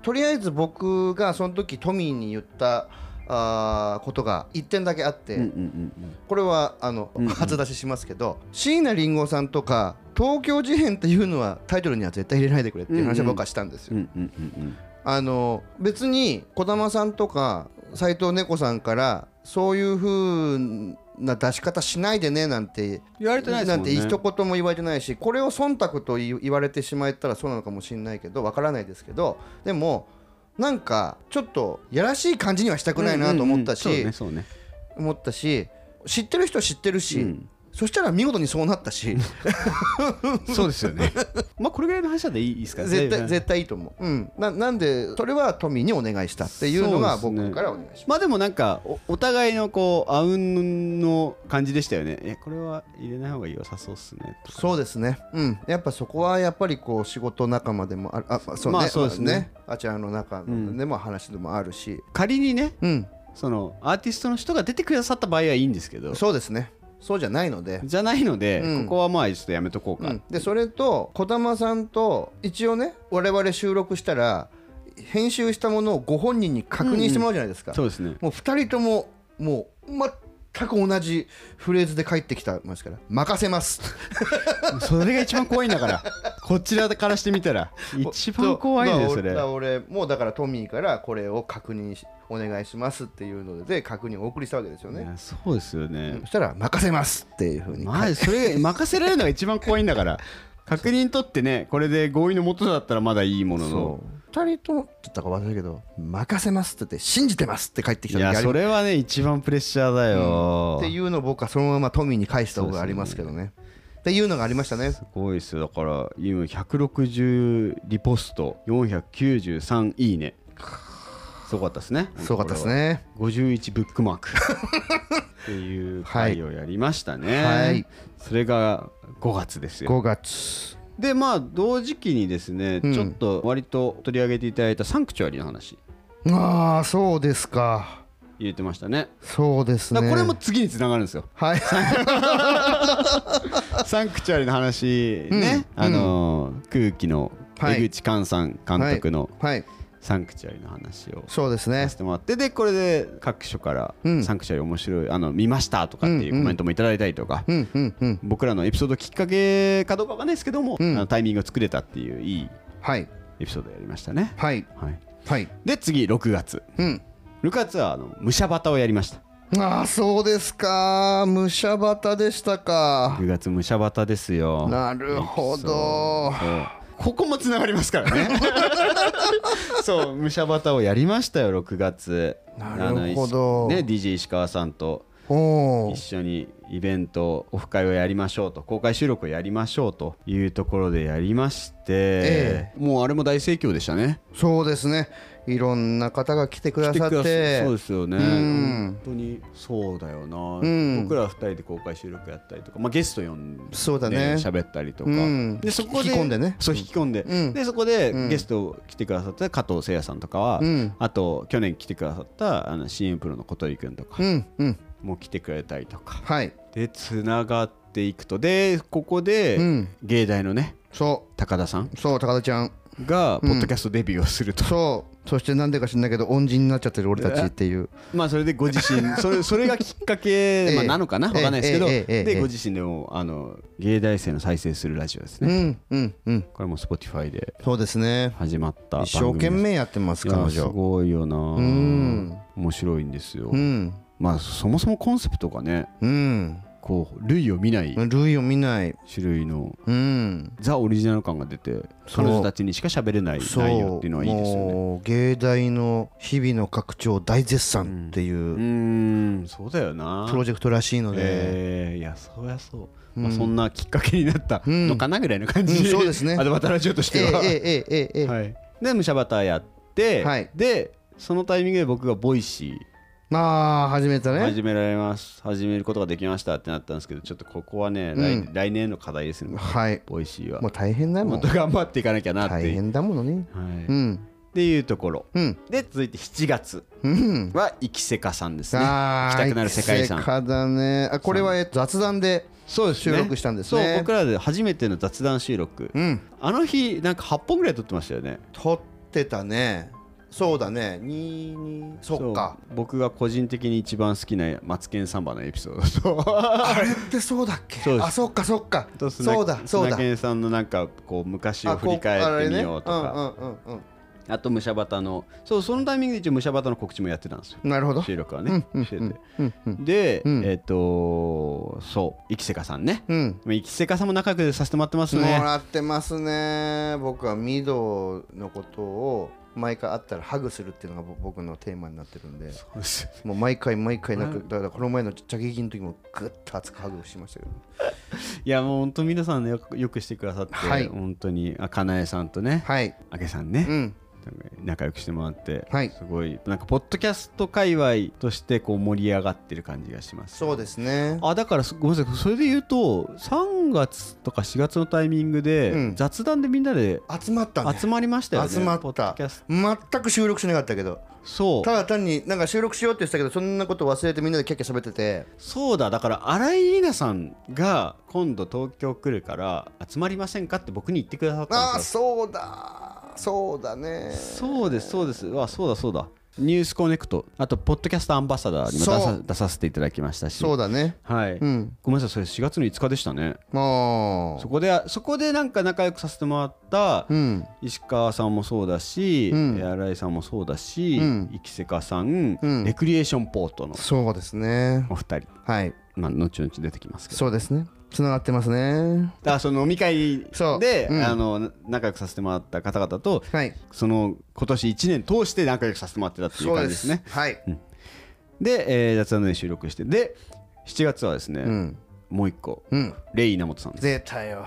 [SPEAKER 2] とりあえず僕がその時トミーに言ったあーことが1点だけあって、
[SPEAKER 3] うんうんうん
[SPEAKER 2] これはあの、初出ししますけど椎名林檎さんとか「東京事変」っていうのはタイトルには絶対入れないでくれっていう話は僕はしたんですよ
[SPEAKER 3] うんうんうんうん
[SPEAKER 2] あの別に児玉さんとか斎藤猫さんからそういう風な出し方しないでねなんて
[SPEAKER 3] 言われてないですもんね
[SPEAKER 2] んて一言も言われてないしこれを忖度と言い言われてしまったらそうなのかもしれないけどわからないですけどでもなんかちょっとやらしい感じにはしたくないなと思ったし、
[SPEAKER 3] うんうんうんそうねそうね
[SPEAKER 2] 思ったし知ってる人は知ってるし、
[SPEAKER 3] うん
[SPEAKER 2] そしたら見事にそうなったし
[SPEAKER 3] そうですよねまあこれぐらいの話でいいですか
[SPEAKER 2] 絶対絶対いいと思う、うん、ななんでそれはトミーにお願いしたっていうのが
[SPEAKER 3] そうですね
[SPEAKER 2] 僕からお願いします。
[SPEAKER 3] まあでもなんかおお互いのこうあうんの感じでしたよねえこれは入れない方が良さそうっすねとか
[SPEAKER 2] そうですね、うん、やっぱそこはやっぱりこう仕事仲間でもあるああそうね,、
[SPEAKER 3] まあそうですね
[SPEAKER 2] あちらの中でも話でもあるし、
[SPEAKER 3] 仮にね
[SPEAKER 2] うん
[SPEAKER 3] そのアーティストの人が出てくださった場合はいいんですけど
[SPEAKER 2] そうですねそうじゃないので,、
[SPEAKER 3] じゃないので、
[SPEAKER 2] うん
[SPEAKER 3] ここはまあちょっとやめとこう
[SPEAKER 2] う
[SPEAKER 3] か、
[SPEAKER 2] ん、でそれと児玉さんと一応ね我々収録したら編集したものをご本人に確認してもらうじゃないですか、
[SPEAKER 3] そうで すね
[SPEAKER 2] もう2人とももう全く同じフレーズで帰ってきたますから任せます
[SPEAKER 3] それが一番怖いんだからこちらからしてみ たら一番怖い
[SPEAKER 2] そう
[SPEAKER 3] ね
[SPEAKER 2] まあ
[SPEAKER 3] それ
[SPEAKER 2] 俺俺もうだからトミーからこれを確認しお願いしますっていうので確認をお送りしたわけですよ
[SPEAKER 3] い
[SPEAKER 2] ね、
[SPEAKER 3] やそうですよね
[SPEAKER 2] そしたら任せますっていうふうに、
[SPEAKER 3] まあそれ任せられるのが一番怖いんだから 確認取ってねこれで合意のもとだったらまだいいものの
[SPEAKER 2] そう2人ともちょっとか忘れたけど任せますって言って信じてますって帰ってき
[SPEAKER 3] い
[SPEAKER 2] た時あ
[SPEAKER 3] や
[SPEAKER 2] り
[SPEAKER 3] それはね一番プレッシャーだよ、
[SPEAKER 2] っていうのを僕はそのままトミーに返した方がありますけどねっていうのがありましたね
[SPEAKER 3] すごいっすよだから今160リポスト493いいねすごかったですね
[SPEAKER 2] すごかったですね
[SPEAKER 3] 51ブックマ ークっていう回をやりましたね、
[SPEAKER 2] はい
[SPEAKER 3] それが5月ですよ
[SPEAKER 2] 5月
[SPEAKER 3] でまあ同時期にですね、
[SPEAKER 2] うん
[SPEAKER 3] ちょっと割と取り上げていただいたサンクチュアリの話
[SPEAKER 2] ああそうですか
[SPEAKER 3] 入れてましたね
[SPEAKER 2] そうです
[SPEAKER 3] だ
[SPEAKER 2] ね
[SPEAKER 3] からこれも次につながるんですよ
[SPEAKER 2] はい
[SPEAKER 3] サンクチュアリの話ね、
[SPEAKER 2] うん
[SPEAKER 3] あのー空気の
[SPEAKER 2] はい
[SPEAKER 3] 江口寛さん監督の
[SPEAKER 2] はい
[SPEAKER 3] サンクチュアリの話を
[SPEAKER 2] そうですね
[SPEAKER 3] させてもらってでこれで各所から
[SPEAKER 2] うん
[SPEAKER 3] サンクチュアリ面白いあの見ましたとかっていうコメントもいただいたりとか
[SPEAKER 2] うんうんうん
[SPEAKER 3] 僕らのエピソードきっかけかどうかわかんないですけども、
[SPEAKER 2] うん
[SPEAKER 3] あのタイミングを作れたっていういい
[SPEAKER 2] はい
[SPEAKER 3] エピソードやりましたね、
[SPEAKER 2] はい
[SPEAKER 3] はい、
[SPEAKER 2] はい
[SPEAKER 3] で次6月
[SPEAKER 2] うん
[SPEAKER 3] 6月はあの武者旗をやりました
[SPEAKER 2] ああそうですか武者旗でしたか
[SPEAKER 3] 6月武者旗ですよ
[SPEAKER 2] なるほど
[SPEAKER 3] そうここもつながりますか らねそう武者旗をやりましたよ6月
[SPEAKER 2] なるほど
[SPEAKER 3] あのいね DJ 石川さんと
[SPEAKER 2] おお
[SPEAKER 3] 一緒にイベントオフ会をやりましょうと公開収録をやりましょうというところでやりまして、
[SPEAKER 2] え
[SPEAKER 3] もうあれも大盛況でしたね
[SPEAKER 2] そうですねいろんな方が来てくださっ
[SPEAKER 3] 来
[SPEAKER 2] て
[SPEAKER 3] そうですよね
[SPEAKER 2] うん
[SPEAKER 3] 本当にそうだよな、
[SPEAKER 2] ん
[SPEAKER 3] 僕ら2人で公開収録やったりとか、まあ、ゲスト呼んで
[SPEAKER 2] そうだね
[SPEAKER 3] 喋ったりとか、
[SPEAKER 2] うん
[SPEAKER 3] でそこで
[SPEAKER 2] 引き込んでね
[SPEAKER 3] そう引き込んで、
[SPEAKER 2] うん
[SPEAKER 3] でそこでゲスト来てくださった加藤誠也さんとかは、
[SPEAKER 2] うん
[SPEAKER 3] あと去年来てくださったあの CM プロの小鳥くんとか
[SPEAKER 2] うんうん
[SPEAKER 3] も来てくれたりとか
[SPEAKER 2] はい
[SPEAKER 3] でつながっていくとでここで、
[SPEAKER 2] うん
[SPEAKER 3] 芸大のね
[SPEAKER 2] そ
[SPEAKER 3] 高田さん
[SPEAKER 2] うそう高田ちゃん
[SPEAKER 3] がポッドキャストデビューをすると、
[SPEAKER 2] そうそしてなんでか知んないけど恩人になっちゃってる俺たちっていう
[SPEAKER 3] まあそれでご自身 それそれがきっかけ、
[SPEAKER 2] ええ
[SPEAKER 3] まあ、なのかなわかんないですけど、
[SPEAKER 2] ええええええ
[SPEAKER 3] でご自身でもあの芸大生の再生するラジオです
[SPEAKER 2] う
[SPEAKER 3] ね、
[SPEAKER 2] んうんうん
[SPEAKER 3] これも Spotify で
[SPEAKER 2] そうですね
[SPEAKER 3] 始まった番
[SPEAKER 2] 一
[SPEAKER 3] 組
[SPEAKER 2] 生懸命やってます
[SPEAKER 3] いや
[SPEAKER 2] 彼
[SPEAKER 3] す
[SPEAKER 2] 女
[SPEAKER 3] ごいよな
[SPEAKER 2] うん
[SPEAKER 3] 面白いんですよ、
[SPEAKER 2] うん
[SPEAKER 3] まあそもそもコンセプトがね
[SPEAKER 2] うん
[SPEAKER 3] こう類を見ない
[SPEAKER 2] 類を見ない
[SPEAKER 3] 種類の
[SPEAKER 2] うん
[SPEAKER 3] ザ・オリジナル感が出て
[SPEAKER 2] そう
[SPEAKER 3] 彼女たちにしか喋れない
[SPEAKER 2] そう
[SPEAKER 3] 内容っていうのはいいですよね
[SPEAKER 2] もう芸大の日々の拡張大絶賛っていうう
[SPEAKER 3] ーんそうだよな
[SPEAKER 2] プロジェクトらしいので、
[SPEAKER 3] えーいやそうやそう、まあ、そんなきっかけになった
[SPEAKER 2] うん
[SPEAKER 3] のかなぐらいの感じ、
[SPEAKER 2] うんそうですね
[SPEAKER 3] アドバタラジオとし
[SPEAKER 2] え
[SPEAKER 3] ては、
[SPEAKER 2] ええええええええ
[SPEAKER 3] はい、で武者バターやって、
[SPEAKER 2] はい
[SPEAKER 3] でそのタイミングで僕がボイシ
[SPEAKER 2] まあ始めた
[SPEAKER 3] ー
[SPEAKER 2] ね
[SPEAKER 3] 始められます始めることができましたってなったんですけどちょっとここはね、
[SPEAKER 2] うん
[SPEAKER 3] 来来年の課題ですね
[SPEAKER 2] はい
[SPEAKER 3] ボイシーは
[SPEAKER 2] もう大変だも
[SPEAKER 3] も
[SPEAKER 2] ん
[SPEAKER 3] っと頑張っていかなきゃなっ
[SPEAKER 2] 大
[SPEAKER 3] ていう、
[SPEAKER 2] 変だものね
[SPEAKER 3] はいっ
[SPEAKER 2] うん
[SPEAKER 3] ていうところ
[SPEAKER 2] うん
[SPEAKER 3] で続いて7月
[SPEAKER 2] うん
[SPEAKER 3] は生きせかさんですね
[SPEAKER 2] あ
[SPEAKER 3] 行き
[SPEAKER 2] あ
[SPEAKER 3] たくなる世界遺産
[SPEAKER 2] だねあこれはえ雑談で
[SPEAKER 3] そう
[SPEAKER 2] ですね収録したんですね
[SPEAKER 3] そう僕らで初めての雑談収録、
[SPEAKER 2] うん
[SPEAKER 3] あの日なんか8本ぐらい撮ってましたよね
[SPEAKER 2] 撮ってたねそうだね22そっか
[SPEAKER 3] そう僕が個人的に一番好きな「マツケンサンバ」のエ ピソードと
[SPEAKER 2] あれってそうだっけ
[SPEAKER 3] そうです
[SPEAKER 2] あそっかそっか
[SPEAKER 3] とスナ
[SPEAKER 2] そうだそうだ
[SPEAKER 3] スナケンさんのなんかこう昔を
[SPEAKER 2] あ
[SPEAKER 3] 振
[SPEAKER 2] こ
[SPEAKER 3] り
[SPEAKER 2] あ
[SPEAKER 3] 返っ
[SPEAKER 2] れ
[SPEAKER 3] て
[SPEAKER 2] ね
[SPEAKER 3] みようとかあ,、
[SPEAKER 2] うんうんうん
[SPEAKER 3] とムシャバタのそうそのタイミングで一応ムシャバタの告知もやってたんですよ
[SPEAKER 2] うんなるほど
[SPEAKER 3] 収録はね、
[SPEAKER 2] うん
[SPEAKER 3] して
[SPEAKER 2] うん
[SPEAKER 3] て
[SPEAKER 2] うんうん
[SPEAKER 3] で、
[SPEAKER 2] うん
[SPEAKER 3] えっ、とそう生瀬かさんね
[SPEAKER 2] うん
[SPEAKER 3] 生瀬かさんも仲良くさせてもらってます
[SPEAKER 2] も
[SPEAKER 3] ね
[SPEAKER 2] らってますね僕はミドのことを毎回会ったらハグするっていうのが僕のテーマになってるんで
[SPEAKER 3] そうです
[SPEAKER 2] もう毎回毎回なんか
[SPEAKER 3] う
[SPEAKER 2] だからこの前の着撃の時もグッと熱くハグしましたけど
[SPEAKER 3] いやもう本当皆さんねよくよくしてくださって、
[SPEAKER 2] はい
[SPEAKER 3] 本当にあかなえさんとね、
[SPEAKER 2] はい
[SPEAKER 3] あけさんね、
[SPEAKER 2] うん
[SPEAKER 3] 仲良くしてもらって、
[SPEAKER 2] はい
[SPEAKER 3] すごいなんかポッドキャスト界隈としてこう盛り上がってる感じがします
[SPEAKER 2] そうですね
[SPEAKER 3] あだからすごめんなさいそれで言うと3月とか4月のタイミングで、
[SPEAKER 2] うん
[SPEAKER 3] 雑談でみんなで
[SPEAKER 2] 集まったね
[SPEAKER 3] 集まりましたよね
[SPEAKER 2] 集ま
[SPEAKER 3] ポッ
[SPEAKER 2] っ
[SPEAKER 3] ド
[SPEAKER 2] た
[SPEAKER 3] キャス
[SPEAKER 2] 全く収録しなかったけど
[SPEAKER 3] トそう
[SPEAKER 2] ただ単になんか収録しようって言ってたけどそんなこと忘れてみんなでキャッキャ喋ってて
[SPEAKER 3] そうだだから新井里奈さんが今度東京来るから集まりませんかって僕に言ってくださった
[SPEAKER 2] あ
[SPEAKER 3] ん
[SPEAKER 2] あ
[SPEAKER 3] ですよ
[SPEAKER 2] そうだそうだね
[SPEAKER 3] そうですそうですわそうだそうだニュースコネクトあとポッドキャストアンバサダーにも出さ
[SPEAKER 2] そう
[SPEAKER 3] 出させていただきましたし
[SPEAKER 2] そうだね
[SPEAKER 3] はい、
[SPEAKER 2] うん
[SPEAKER 3] ごめんなさいそれ4月の5日でしたね
[SPEAKER 2] も
[SPEAKER 3] そこでそこでなんか仲良くさせてもらった
[SPEAKER 2] ううん
[SPEAKER 3] 石川さんもそうだし、
[SPEAKER 2] うん
[SPEAKER 3] えー新井さんもそうだし、
[SPEAKER 2] うん
[SPEAKER 3] 生瀬川さん、
[SPEAKER 2] うん
[SPEAKER 3] レクリエーションポートの
[SPEAKER 2] そうですね
[SPEAKER 3] お二人
[SPEAKER 2] はい
[SPEAKER 3] まあ後々出てきますけど
[SPEAKER 2] そうですねつながってますね
[SPEAKER 3] だからその飲み会
[SPEAKER 2] そう
[SPEAKER 3] で、
[SPEAKER 2] うん
[SPEAKER 3] あの仲良くさせてもらった方々と
[SPEAKER 2] はい
[SPEAKER 3] その今年1年通して仲良くさせてもらってたっていう
[SPEAKER 2] そう
[SPEAKER 3] 感
[SPEAKER 2] で
[SPEAKER 3] じです
[SPEAKER 2] す
[SPEAKER 3] ね
[SPEAKER 2] はい
[SPEAKER 3] でえー雑談で収録してで7月はですね、
[SPEAKER 2] うん
[SPEAKER 3] もう一個
[SPEAKER 2] うん
[SPEAKER 3] レイ稲本さんです
[SPEAKER 2] 出たよ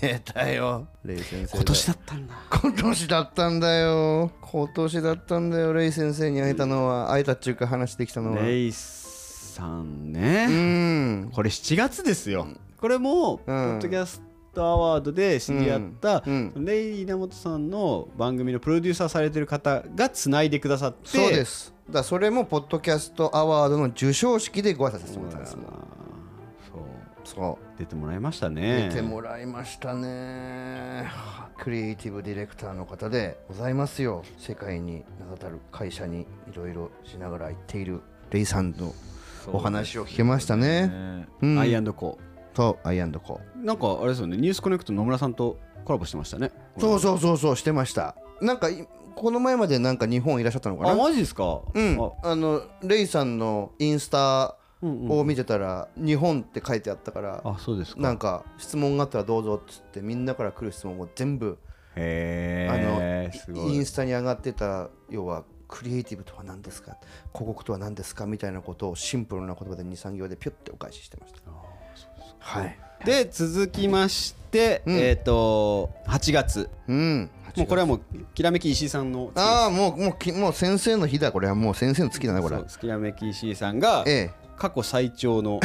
[SPEAKER 2] 出たよレイ先生
[SPEAKER 3] 今年だったんだ
[SPEAKER 2] 今年だったんだよ今年だったんだよレイ先生に会えたのは会えたっていうか話できたのは
[SPEAKER 3] レイさん
[SPEAKER 2] う
[SPEAKER 3] ね、
[SPEAKER 2] ん
[SPEAKER 3] これ7月ですよこれも、ポッドキャストアワードで知り合った、
[SPEAKER 2] うん
[SPEAKER 3] レイ稲本さんの番組のプロデューサーされてる方がつないでくださって
[SPEAKER 2] そうですだからそれもポッドキャストアワードの授賞式でご挨拶させて
[SPEAKER 3] そ
[SPEAKER 2] も
[SPEAKER 3] う
[SPEAKER 2] らった
[SPEAKER 3] だ
[SPEAKER 2] んで
[SPEAKER 3] な
[SPEAKER 2] すもん
[SPEAKER 3] そう
[SPEAKER 2] そ
[SPEAKER 3] 出てもらいました
[SPEAKER 2] う
[SPEAKER 3] ね
[SPEAKER 2] 出てもらいましたねクリエイティブディレクターの方でございますよ世界に名だたる会社にいろいろしながら行っているレイさんのお話を聞けましたねうん
[SPEAKER 3] アイアンドコ
[SPEAKER 2] とアイアンドコ
[SPEAKER 3] ーなんかあれですよねニュースコネクトの野村さんとコラボしてましたね
[SPEAKER 2] そうそうそうそうしてましたなんかいこの前までなんか日本いらっしゃったのか
[SPEAKER 3] あ
[SPEAKER 2] な
[SPEAKER 3] マジですか
[SPEAKER 2] うん
[SPEAKER 3] あ
[SPEAKER 2] あのレイさんのインスタ
[SPEAKER 3] うんうん
[SPEAKER 2] を見てたら日本って書いてあったから
[SPEAKER 3] あそうですか
[SPEAKER 2] なんか質問があったらどうぞっつってみんなから来る質問を全部、
[SPEAKER 3] へえす
[SPEAKER 2] あ
[SPEAKER 3] ご
[SPEAKER 2] のイ
[SPEAKER 3] い
[SPEAKER 2] ンスタに上がってた要はクリエイティブとは何ですか広告とは何ですかみたいなことをシンプルな言葉で23行でピュッてお返ししてましたはい
[SPEAKER 3] で続きまして、
[SPEAKER 2] うん
[SPEAKER 3] えっ、と8月
[SPEAKER 2] うん
[SPEAKER 3] もうこれはもうきらめき石井さんの
[SPEAKER 2] ああもうもうきもう先生の日だこれはもう先生の月だなこれ
[SPEAKER 3] そうきらめき石井さんが
[SPEAKER 2] え
[SPEAKER 3] 過去最長の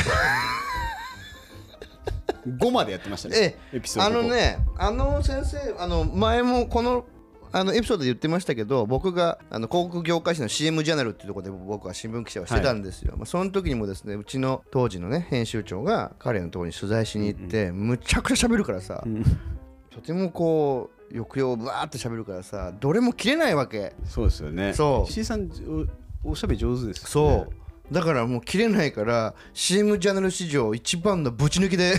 [SPEAKER 3] 5までやってました
[SPEAKER 2] え
[SPEAKER 3] ね
[SPEAKER 2] ええ
[SPEAKER 3] エピソー
[SPEAKER 2] あ
[SPEAKER 3] ド
[SPEAKER 2] の
[SPEAKER 3] 5
[SPEAKER 2] ねあの先生あの前もこのあのエピソードで言ってましたけど僕があの広告業界誌の CM ジャーナルっていうところで僕は新聞記者をしてたんですよ、まあ、その時にもですねうちの当時のね編集長が彼のところに取材しに行って、むちゃくちゃ喋るからさ、
[SPEAKER 3] ん
[SPEAKER 2] とてもこう抑揚をぶわーって喋るからさどれも切れないわけ
[SPEAKER 3] そうですよね
[SPEAKER 2] そう
[SPEAKER 3] 石井さんおおしゃべり上手ですよね
[SPEAKER 2] そう、だからもう切れないから CM ジャーナル史上一番のぶち抜きで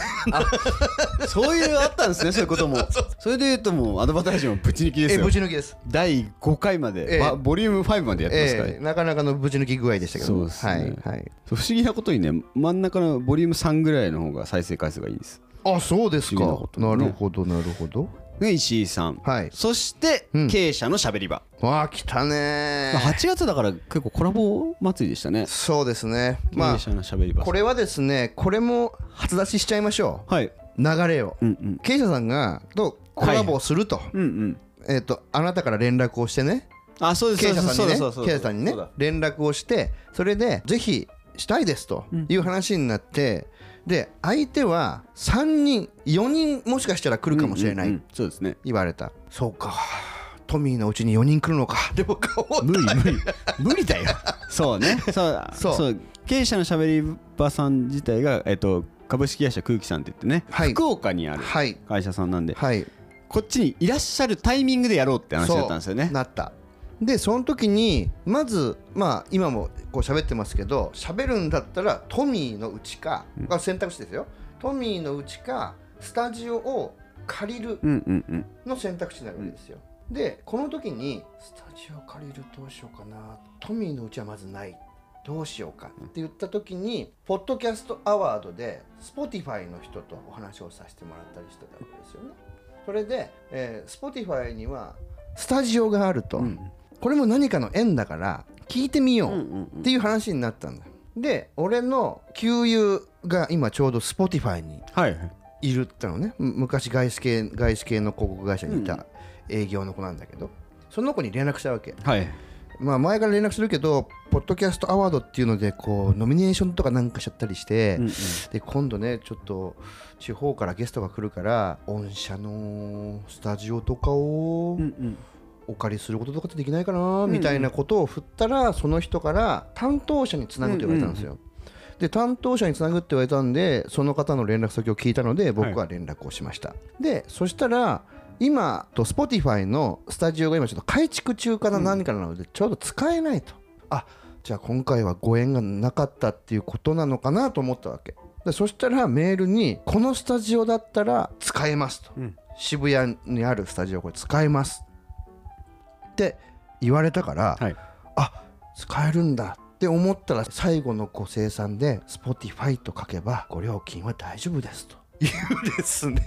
[SPEAKER 3] そういうあったんですね そういうこともそれで言うともうアドバタイジもぶち抜きで す
[SPEAKER 2] え
[SPEAKER 3] よ
[SPEAKER 2] ぶち抜きです
[SPEAKER 3] 第5回まで、
[SPEAKER 2] ええ
[SPEAKER 3] わボリューム5までやってますから、
[SPEAKER 2] ええなかなかのぶち抜き具合でしたけど
[SPEAKER 3] そうですね
[SPEAKER 2] はいはい
[SPEAKER 3] そう不思議なことにね真ん中のボリューム3ぐらいの方が再生回数がいいです
[SPEAKER 2] あそうです
[SPEAKER 3] 不
[SPEAKER 2] か
[SPEAKER 3] 思議なことね
[SPEAKER 2] なるほどなるほど
[SPEAKER 3] が石井さん、
[SPEAKER 2] はい
[SPEAKER 3] そして、
[SPEAKER 2] うん
[SPEAKER 3] 経営者のしゃべり場、
[SPEAKER 2] わあ来たね
[SPEAKER 3] まあ、8月だから結構コラボ祭りでしたね
[SPEAKER 2] そうですね
[SPEAKER 3] 経
[SPEAKER 2] ま
[SPEAKER 3] 営
[SPEAKER 2] あ
[SPEAKER 3] 者のしゃべり場
[SPEAKER 2] これはですねこれも初出ししちゃいましょ
[SPEAKER 3] はいう
[SPEAKER 2] 流れを
[SPEAKER 3] うんうん
[SPEAKER 2] 経営者さんがとコラボをすると,、
[SPEAKER 3] うんうん
[SPEAKER 2] えっとあなたから連絡をしてね
[SPEAKER 3] あそうです
[SPEAKER 2] 経営者さんにね
[SPEAKER 3] そうですそうですそう
[SPEAKER 2] 経
[SPEAKER 3] です
[SPEAKER 2] 営者さんにね
[SPEAKER 3] そうだ
[SPEAKER 2] 連絡をしてそれでぜひしたいですという話になって、で相手は3人4人もしかしたら来るかもしれない、
[SPEAKER 3] うんうんうんそうですね
[SPEAKER 2] 言われたそうかトミーのうちに4人来るのかでも顔を
[SPEAKER 3] 無理無理 無理だよそうねそう
[SPEAKER 2] そう
[SPEAKER 3] 経営者のしゃべり場さん自体が、えっと、株式会社空気さんって言ってね、
[SPEAKER 2] はい
[SPEAKER 3] 福岡にある
[SPEAKER 2] はい
[SPEAKER 3] 会社さんなんで、
[SPEAKER 2] はい
[SPEAKER 3] こっちにいらっしゃるタイミングでやろうって話だったんですよね
[SPEAKER 2] そうなったでその時にまずまあ今もこう喋ってますけど喋るんだったらトミーのうちか、あ選択肢ですよトミーのうちかスタジオを借りる
[SPEAKER 3] うんうんうん
[SPEAKER 2] の選択肢になるわけですよ、でこの時にスタジオ借りるどうしようかなトミーのうちはまずないどうしようかって言った時にポッドキャストアワードで Spotify の人とお話をさせてもらったりしてたわけですよねそれで、えー、Spotify にはスタジオがあると、これも何かの縁だから聞いてみよ
[SPEAKER 3] うんう
[SPEAKER 2] うんっていう話になったんだで俺の旧友が今ちょうど Spotify に
[SPEAKER 3] はいはい
[SPEAKER 2] いるってのねむ昔外資系外資系の広告会社にいた営業の子なんだけど、その子に連絡したわけ
[SPEAKER 3] はい
[SPEAKER 2] まあ前から連絡するけどポッドキャストアワードっていうのでこうノミネーションとかなんかしちゃったりして、
[SPEAKER 3] うんうん
[SPEAKER 2] で今度ねちょっと地方からゲストが来るから御社のスタジオとかを
[SPEAKER 3] うんうん
[SPEAKER 2] お借りすることとかってできないかな
[SPEAKER 3] うん
[SPEAKER 2] みたいなことを振ったらその人から担当者につなぐと言われたんですよ。で担当者につなぐって言われたんでその方の連絡先を聞いたので僕は連絡をしました。でそしたら今と Spotify のスタジオが今ちょっと改築中かな何かなのでちょうど使えないと。あじゃあ今回はご縁がなかったっていうことなのかなと思ったわけ。でそしたらメールに「このスタジオだったら使えます」と、
[SPEAKER 3] うん
[SPEAKER 2] 渋谷にあるスタジオこれ使えます」って言われたから、
[SPEAKER 3] はい
[SPEAKER 2] あ使えるんだって思ったら最後のご生産で Spotify と書けばご料金は大丈夫ですと。いうですね。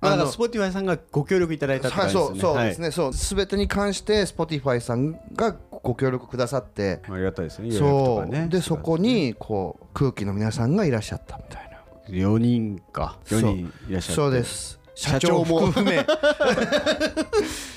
[SPEAKER 3] まあだからスポティファイさんがご協力いただいたって
[SPEAKER 2] は
[SPEAKER 3] 感
[SPEAKER 2] い、
[SPEAKER 3] じです
[SPEAKER 2] そ
[SPEAKER 3] よ
[SPEAKER 2] うそう
[SPEAKER 3] ねはい
[SPEAKER 2] ですね、そう全てに関して Spotify さんがご協力くださって、
[SPEAKER 3] ありがたいですね
[SPEAKER 2] そうでそこ
[SPEAKER 3] に
[SPEAKER 2] にこう空気の皆さんがいらっしゃったみたいな。
[SPEAKER 3] 4人か
[SPEAKER 2] そう
[SPEAKER 3] 4人いらっしゃって
[SPEAKER 2] そうです。
[SPEAKER 3] 社長も
[SPEAKER 2] 含め。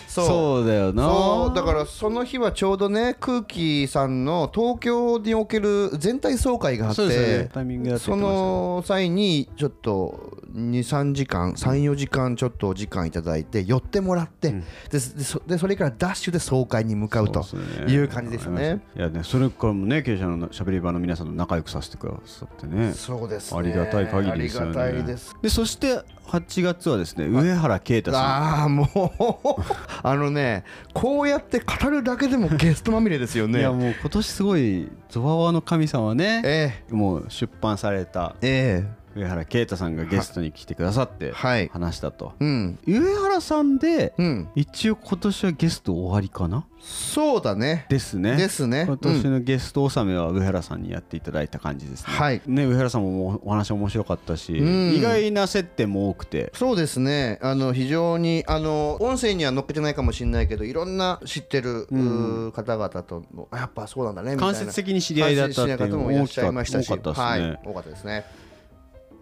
[SPEAKER 3] そ う
[SPEAKER 2] そう。
[SPEAKER 3] だよな
[SPEAKER 2] そうだからその日はちょうどね空気さんの東京における全体総会があっ
[SPEAKER 3] そうですよね
[SPEAKER 2] て
[SPEAKER 3] タイミングだって
[SPEAKER 2] そ
[SPEAKER 3] 言ってましたね
[SPEAKER 2] の際にちょっと23時間34時間ちょっとお時間いただいて寄ってもらって、
[SPEAKER 3] ん
[SPEAKER 2] ででそでそれからダッシュで総会に向かうと
[SPEAKER 3] そうですね
[SPEAKER 2] いう感じでしたね。
[SPEAKER 3] いやねそれからもね経営者のしゃべり場の皆さんと仲良くさせてくださってね
[SPEAKER 2] そうですね
[SPEAKER 3] ありがたい限りですよね
[SPEAKER 2] ありがたいです
[SPEAKER 3] でそして8月はですね上原啓太さん
[SPEAKER 2] ああもう あのねこうやって語るだけでもゲストまみれですよ
[SPEAKER 3] い
[SPEAKER 2] ね
[SPEAKER 3] やもう今年すごいゾワワの神様ね
[SPEAKER 2] え
[SPEAKER 3] もう出版された
[SPEAKER 2] ええ
[SPEAKER 3] 上原啓太さんがゲストに来てくださって
[SPEAKER 2] えはい
[SPEAKER 3] 話したと
[SPEAKER 2] うん
[SPEAKER 3] 上原さんで
[SPEAKER 2] うん
[SPEAKER 3] 一応今年はゲスト終わりかな
[SPEAKER 2] そうだね
[SPEAKER 3] ですね
[SPEAKER 2] ですね
[SPEAKER 3] 今
[SPEAKER 2] う
[SPEAKER 3] 年
[SPEAKER 2] ん
[SPEAKER 3] のゲスト納めは上原さんにやっていただいた感じですね。
[SPEAKER 2] はい
[SPEAKER 3] ね上原さんももうお話面白かったし、
[SPEAKER 2] ん
[SPEAKER 3] 意外な接点も多くて。
[SPEAKER 2] そうですねあの非常にあの音声には載っけてないかもしれないけどいろんな知ってる、うー方々とのあやっぱそうなんだねみたい
[SPEAKER 3] 間
[SPEAKER 2] な
[SPEAKER 3] 接的に知り合いだったっていうの
[SPEAKER 2] 間接的な方
[SPEAKER 3] も
[SPEAKER 2] もいら
[SPEAKER 3] 大
[SPEAKER 2] っ
[SPEAKER 3] き
[SPEAKER 2] しゃ
[SPEAKER 3] か
[SPEAKER 2] い
[SPEAKER 3] っ
[SPEAKER 2] ま
[SPEAKER 3] た
[SPEAKER 2] したし
[SPEAKER 3] 多かったですね
[SPEAKER 2] は、い、多かったですね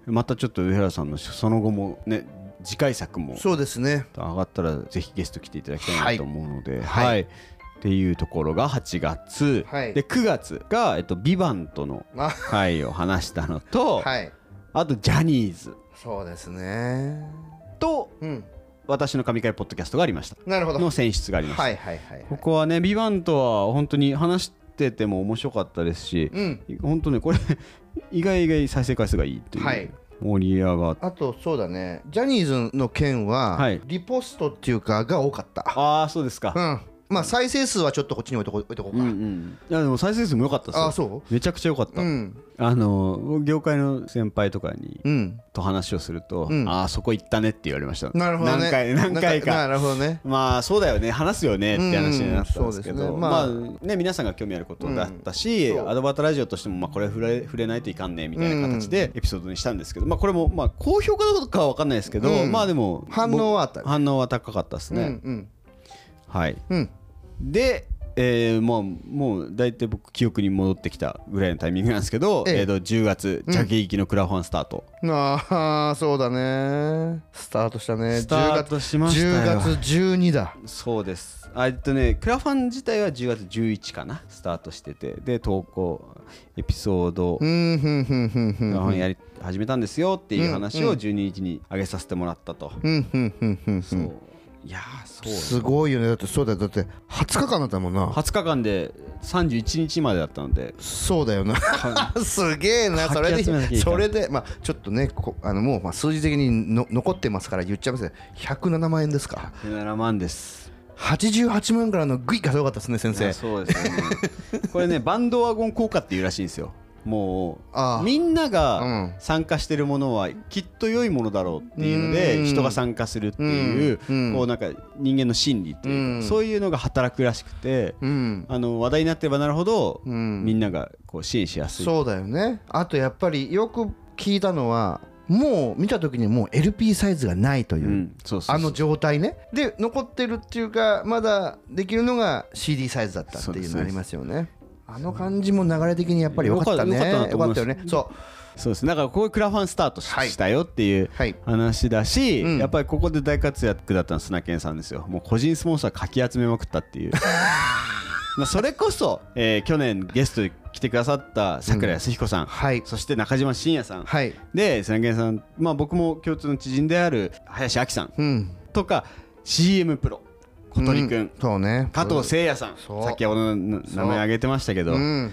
[SPEAKER 3] またちょっと上原さんのその後もね次回作も
[SPEAKER 2] そうですね
[SPEAKER 3] 上がったらぜひゲスト来ていただきたい
[SPEAKER 2] は
[SPEAKER 3] ないと思うので、はい
[SPEAKER 2] はい
[SPEAKER 3] っていうところが8月、
[SPEAKER 2] はい
[SPEAKER 3] で9月が「えっと、ビバン との
[SPEAKER 2] あ
[SPEAKER 3] 回を話したのと、
[SPEAKER 2] はい
[SPEAKER 3] あとジャニーズ
[SPEAKER 2] そうですね
[SPEAKER 3] と
[SPEAKER 2] うん
[SPEAKER 3] 私の神回ポッドキャストがありました
[SPEAKER 2] なるほど
[SPEAKER 3] の選出がありました。
[SPEAKER 2] はいはいはいはい
[SPEAKER 3] ここはね「ビバンとは本当に話してても面白かったですし、
[SPEAKER 2] うん
[SPEAKER 3] 本当ねこれ 意外意外再生回数がいいという、
[SPEAKER 2] はい
[SPEAKER 3] 盛り上がって
[SPEAKER 2] あとそうだねジャニーズの件は、
[SPEAKER 3] はい
[SPEAKER 2] リポストっていうかが多かった
[SPEAKER 3] ああそうですか、
[SPEAKER 2] うんまあ再生数はちょっとこっちに置いとこ置いとこう
[SPEAKER 3] うん
[SPEAKER 2] か、
[SPEAKER 3] うんいやでも再生数も良かったですよ
[SPEAKER 2] あそ
[SPEAKER 3] めちゃくちゃ良かった、
[SPEAKER 2] ううん
[SPEAKER 3] あの僕業界の先輩とかに、
[SPEAKER 2] うん
[SPEAKER 3] と話をすると、
[SPEAKER 2] うん
[SPEAKER 3] ああそこ行ったねって言われました
[SPEAKER 2] なるほどね
[SPEAKER 3] 何回何回か
[SPEAKER 2] ななるほどね
[SPEAKER 3] まあそうだよね話すよねって話になったんですけ
[SPEAKER 2] うん
[SPEAKER 3] ど、
[SPEAKER 2] うん
[SPEAKER 3] まあ
[SPEAKER 2] そう
[SPEAKER 3] ね皆さんが興味あることだったし、
[SPEAKER 2] うんそう
[SPEAKER 3] アドバタラジオとしてもまあこれは触れ触れないといかんねみたいな形でエピソードにしたんですけど、まあこれもまあ好評かどうかは分かんないですけど、
[SPEAKER 2] うん
[SPEAKER 3] まあでも
[SPEAKER 2] 反応はあった
[SPEAKER 3] 僕反応は高かったですね、
[SPEAKER 2] うん
[SPEAKER 3] はい
[SPEAKER 2] うんうん
[SPEAKER 3] でえーまあ、もう大体僕記憶に戻ってきたぐらいのタイミングなんですけど、
[SPEAKER 2] ええ
[SPEAKER 3] えーと10月ジャケ行きのクラファンスタート、
[SPEAKER 2] ああそうだねスタートしたね
[SPEAKER 3] スタートしましたよ
[SPEAKER 2] 10月10月12だ
[SPEAKER 3] そうですあえっとねクラファン自体は10月11かなスタートしててで投稿エピソード
[SPEAKER 2] うんふんふんふんふ
[SPEAKER 3] ク
[SPEAKER 2] ん
[SPEAKER 3] ラファンやり始めたんですよっていう話を12日に上げさせてもらったと、
[SPEAKER 2] うんふんふんふんふ
[SPEAKER 3] そうんいやーそう
[SPEAKER 2] すごいよねだってそうだよだって20日間だったもんな
[SPEAKER 3] 20日間で31日までだったので
[SPEAKER 2] そうだよな すげえな
[SPEAKER 3] かき
[SPEAKER 2] それ
[SPEAKER 3] 集めな
[SPEAKER 2] で
[SPEAKER 3] きゃいけない
[SPEAKER 2] それでまあちょっとねこあのもうまあ数字的にの残ってますから言っちゃいますね107万円ですか
[SPEAKER 3] 7万です
[SPEAKER 2] 88万からのグイがすごかったですね先
[SPEAKER 3] い
[SPEAKER 2] 生
[SPEAKER 3] やそうです よねこれねバンドワゴン効果っていうらしいんですよも
[SPEAKER 2] ああ
[SPEAKER 3] うみんな
[SPEAKER 2] うん
[SPEAKER 3] が参加してるものはきっと良いものだろうっていうの
[SPEAKER 2] う
[SPEAKER 3] で
[SPEAKER 2] ん
[SPEAKER 3] 人が参加するっていう
[SPEAKER 2] うん
[SPEAKER 3] こうなんか人間の心理っていううんかそういうのが働くらしくて
[SPEAKER 2] うん
[SPEAKER 3] あの話題になってればなるほど
[SPEAKER 2] うん
[SPEAKER 3] みんながこう支援しやすい
[SPEAKER 2] そうだよねあとやっぱりよく聞いたのはもう見た時にもう LP サイズがないというう、
[SPEAKER 3] んそうそうそう
[SPEAKER 2] あの状態ねで残ってるっていうかまだできるのが CD サイズだったっていうのありますよねあの感じも流れ的にやっぱり良かったね
[SPEAKER 3] 良かったなと
[SPEAKER 2] 良
[SPEAKER 3] 思
[SPEAKER 2] か
[SPEAKER 3] い
[SPEAKER 2] っ
[SPEAKER 3] ます
[SPEAKER 2] たよねそう
[SPEAKER 3] そうですだからこういうクラファンスタートし,、
[SPEAKER 2] はい
[SPEAKER 3] たよっていう
[SPEAKER 2] はい
[SPEAKER 3] 話だし、
[SPEAKER 2] うん
[SPEAKER 3] やっぱりここで大活躍だったのは砂健さんですよもう個人スポンサーかき集めまくっ たっていうまあそれこそ、えー去年ゲストに来てくださった桜井康彦さん、
[SPEAKER 2] はい
[SPEAKER 3] そして中島信也さん、
[SPEAKER 2] はい
[SPEAKER 3] で砂健さん、まあ、僕も共通の知人である林明さん
[SPEAKER 2] うん
[SPEAKER 3] とか CM プロ小鳥くん、
[SPEAKER 2] うそうね
[SPEAKER 3] 加藤誠也さん
[SPEAKER 2] そう
[SPEAKER 3] 先ほどの名前挙げてましたけど、
[SPEAKER 2] うん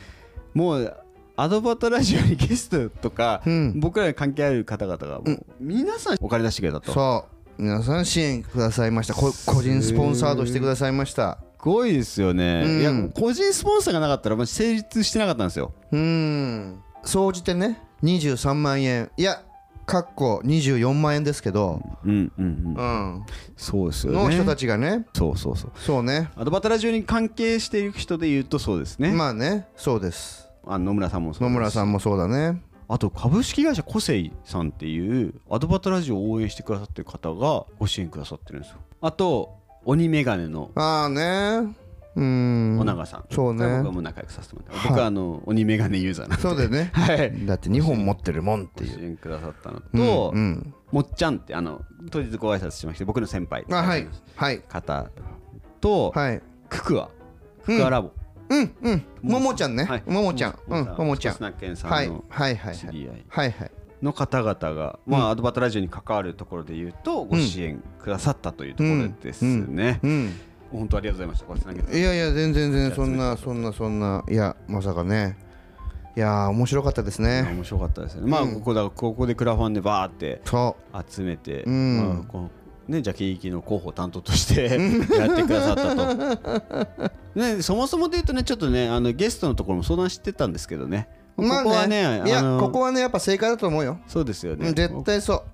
[SPEAKER 3] もうアドバタラジオにゲストとか、
[SPEAKER 2] うん
[SPEAKER 3] 僕らに関係ある方々がもう皆さんお金出してくれたとす
[SPEAKER 2] そう皆さん支援くださいましたこ個人スポンサードしてくださいました
[SPEAKER 3] ごいですよね、
[SPEAKER 2] うん
[SPEAKER 3] いや個人スポンサーがなかったらまあ成立してなかったんですよ
[SPEAKER 2] うん総じてね23万円いやかっこ24万円ですけど、
[SPEAKER 3] うんうんうん
[SPEAKER 2] うん、
[SPEAKER 3] そうですよね
[SPEAKER 2] の人たちがね
[SPEAKER 3] そうそうそう
[SPEAKER 2] そうね
[SPEAKER 3] アドバタラジオに関係している人で言うとそうですね、
[SPEAKER 2] まあねそうです
[SPEAKER 3] あ、野村さんもそう
[SPEAKER 2] 野村さ
[SPEAKER 3] ん
[SPEAKER 2] んもそうだね
[SPEAKER 3] あと株式会社コセイさんっていうアドバタラジオを応援してくださってる方がご支援くださってるんですよあと鬼眼鏡の
[SPEAKER 2] ああねうん
[SPEAKER 3] お長さん、
[SPEAKER 2] そうね
[SPEAKER 3] これ僕はもう仲良くさせてもらって、僕はあの鬼眼鏡ユーザーなんで
[SPEAKER 2] そうだよね
[SPEAKER 3] はい
[SPEAKER 2] だって2本持ってるもんって
[SPEAKER 3] ご
[SPEAKER 2] い
[SPEAKER 3] 支
[SPEAKER 2] う
[SPEAKER 3] 援くださったのと、
[SPEAKER 2] うんうん
[SPEAKER 3] もっちゃんってあの当日ご挨拶しまして僕の先輩
[SPEAKER 2] あはいはい
[SPEAKER 3] 方と、
[SPEAKER 2] はい
[SPEAKER 3] ククアククアラボ、
[SPEAKER 2] うんうんももちゃんね
[SPEAKER 3] はい
[SPEAKER 2] ももちゃんうんももちゃん
[SPEAKER 3] スナッケンさ
[SPEAKER 2] はいはい
[SPEAKER 3] んの
[SPEAKER 2] はいはい
[SPEAKER 3] 知り合い
[SPEAKER 2] はいはい
[SPEAKER 3] の方々が、まあ、アドバタラジオに関わるところで言うとご支援くださったというところですね、
[SPEAKER 2] うん
[SPEAKER 3] 本当ありがとうございましたこれ
[SPEAKER 2] いやいや全然全然そんなそんなそんないやまさかねいやー面白かったですね
[SPEAKER 3] 面白かったですね、まあここだここでクラファンでバーって
[SPEAKER 2] そ
[SPEAKER 3] 集めて、
[SPEAKER 2] うん
[SPEAKER 3] まあこうね、じゃあ景気の候補担当としてやってくださったと、ね、そもそもで言うとねちょっとねあのゲストのところも相談してたんですけどね、
[SPEAKER 2] う
[SPEAKER 3] ここはねあの
[SPEAKER 2] いやここはねやっぱ正解だと思うよ
[SPEAKER 3] そうですよ
[SPEAKER 2] う
[SPEAKER 3] ね
[SPEAKER 2] ん絶対そ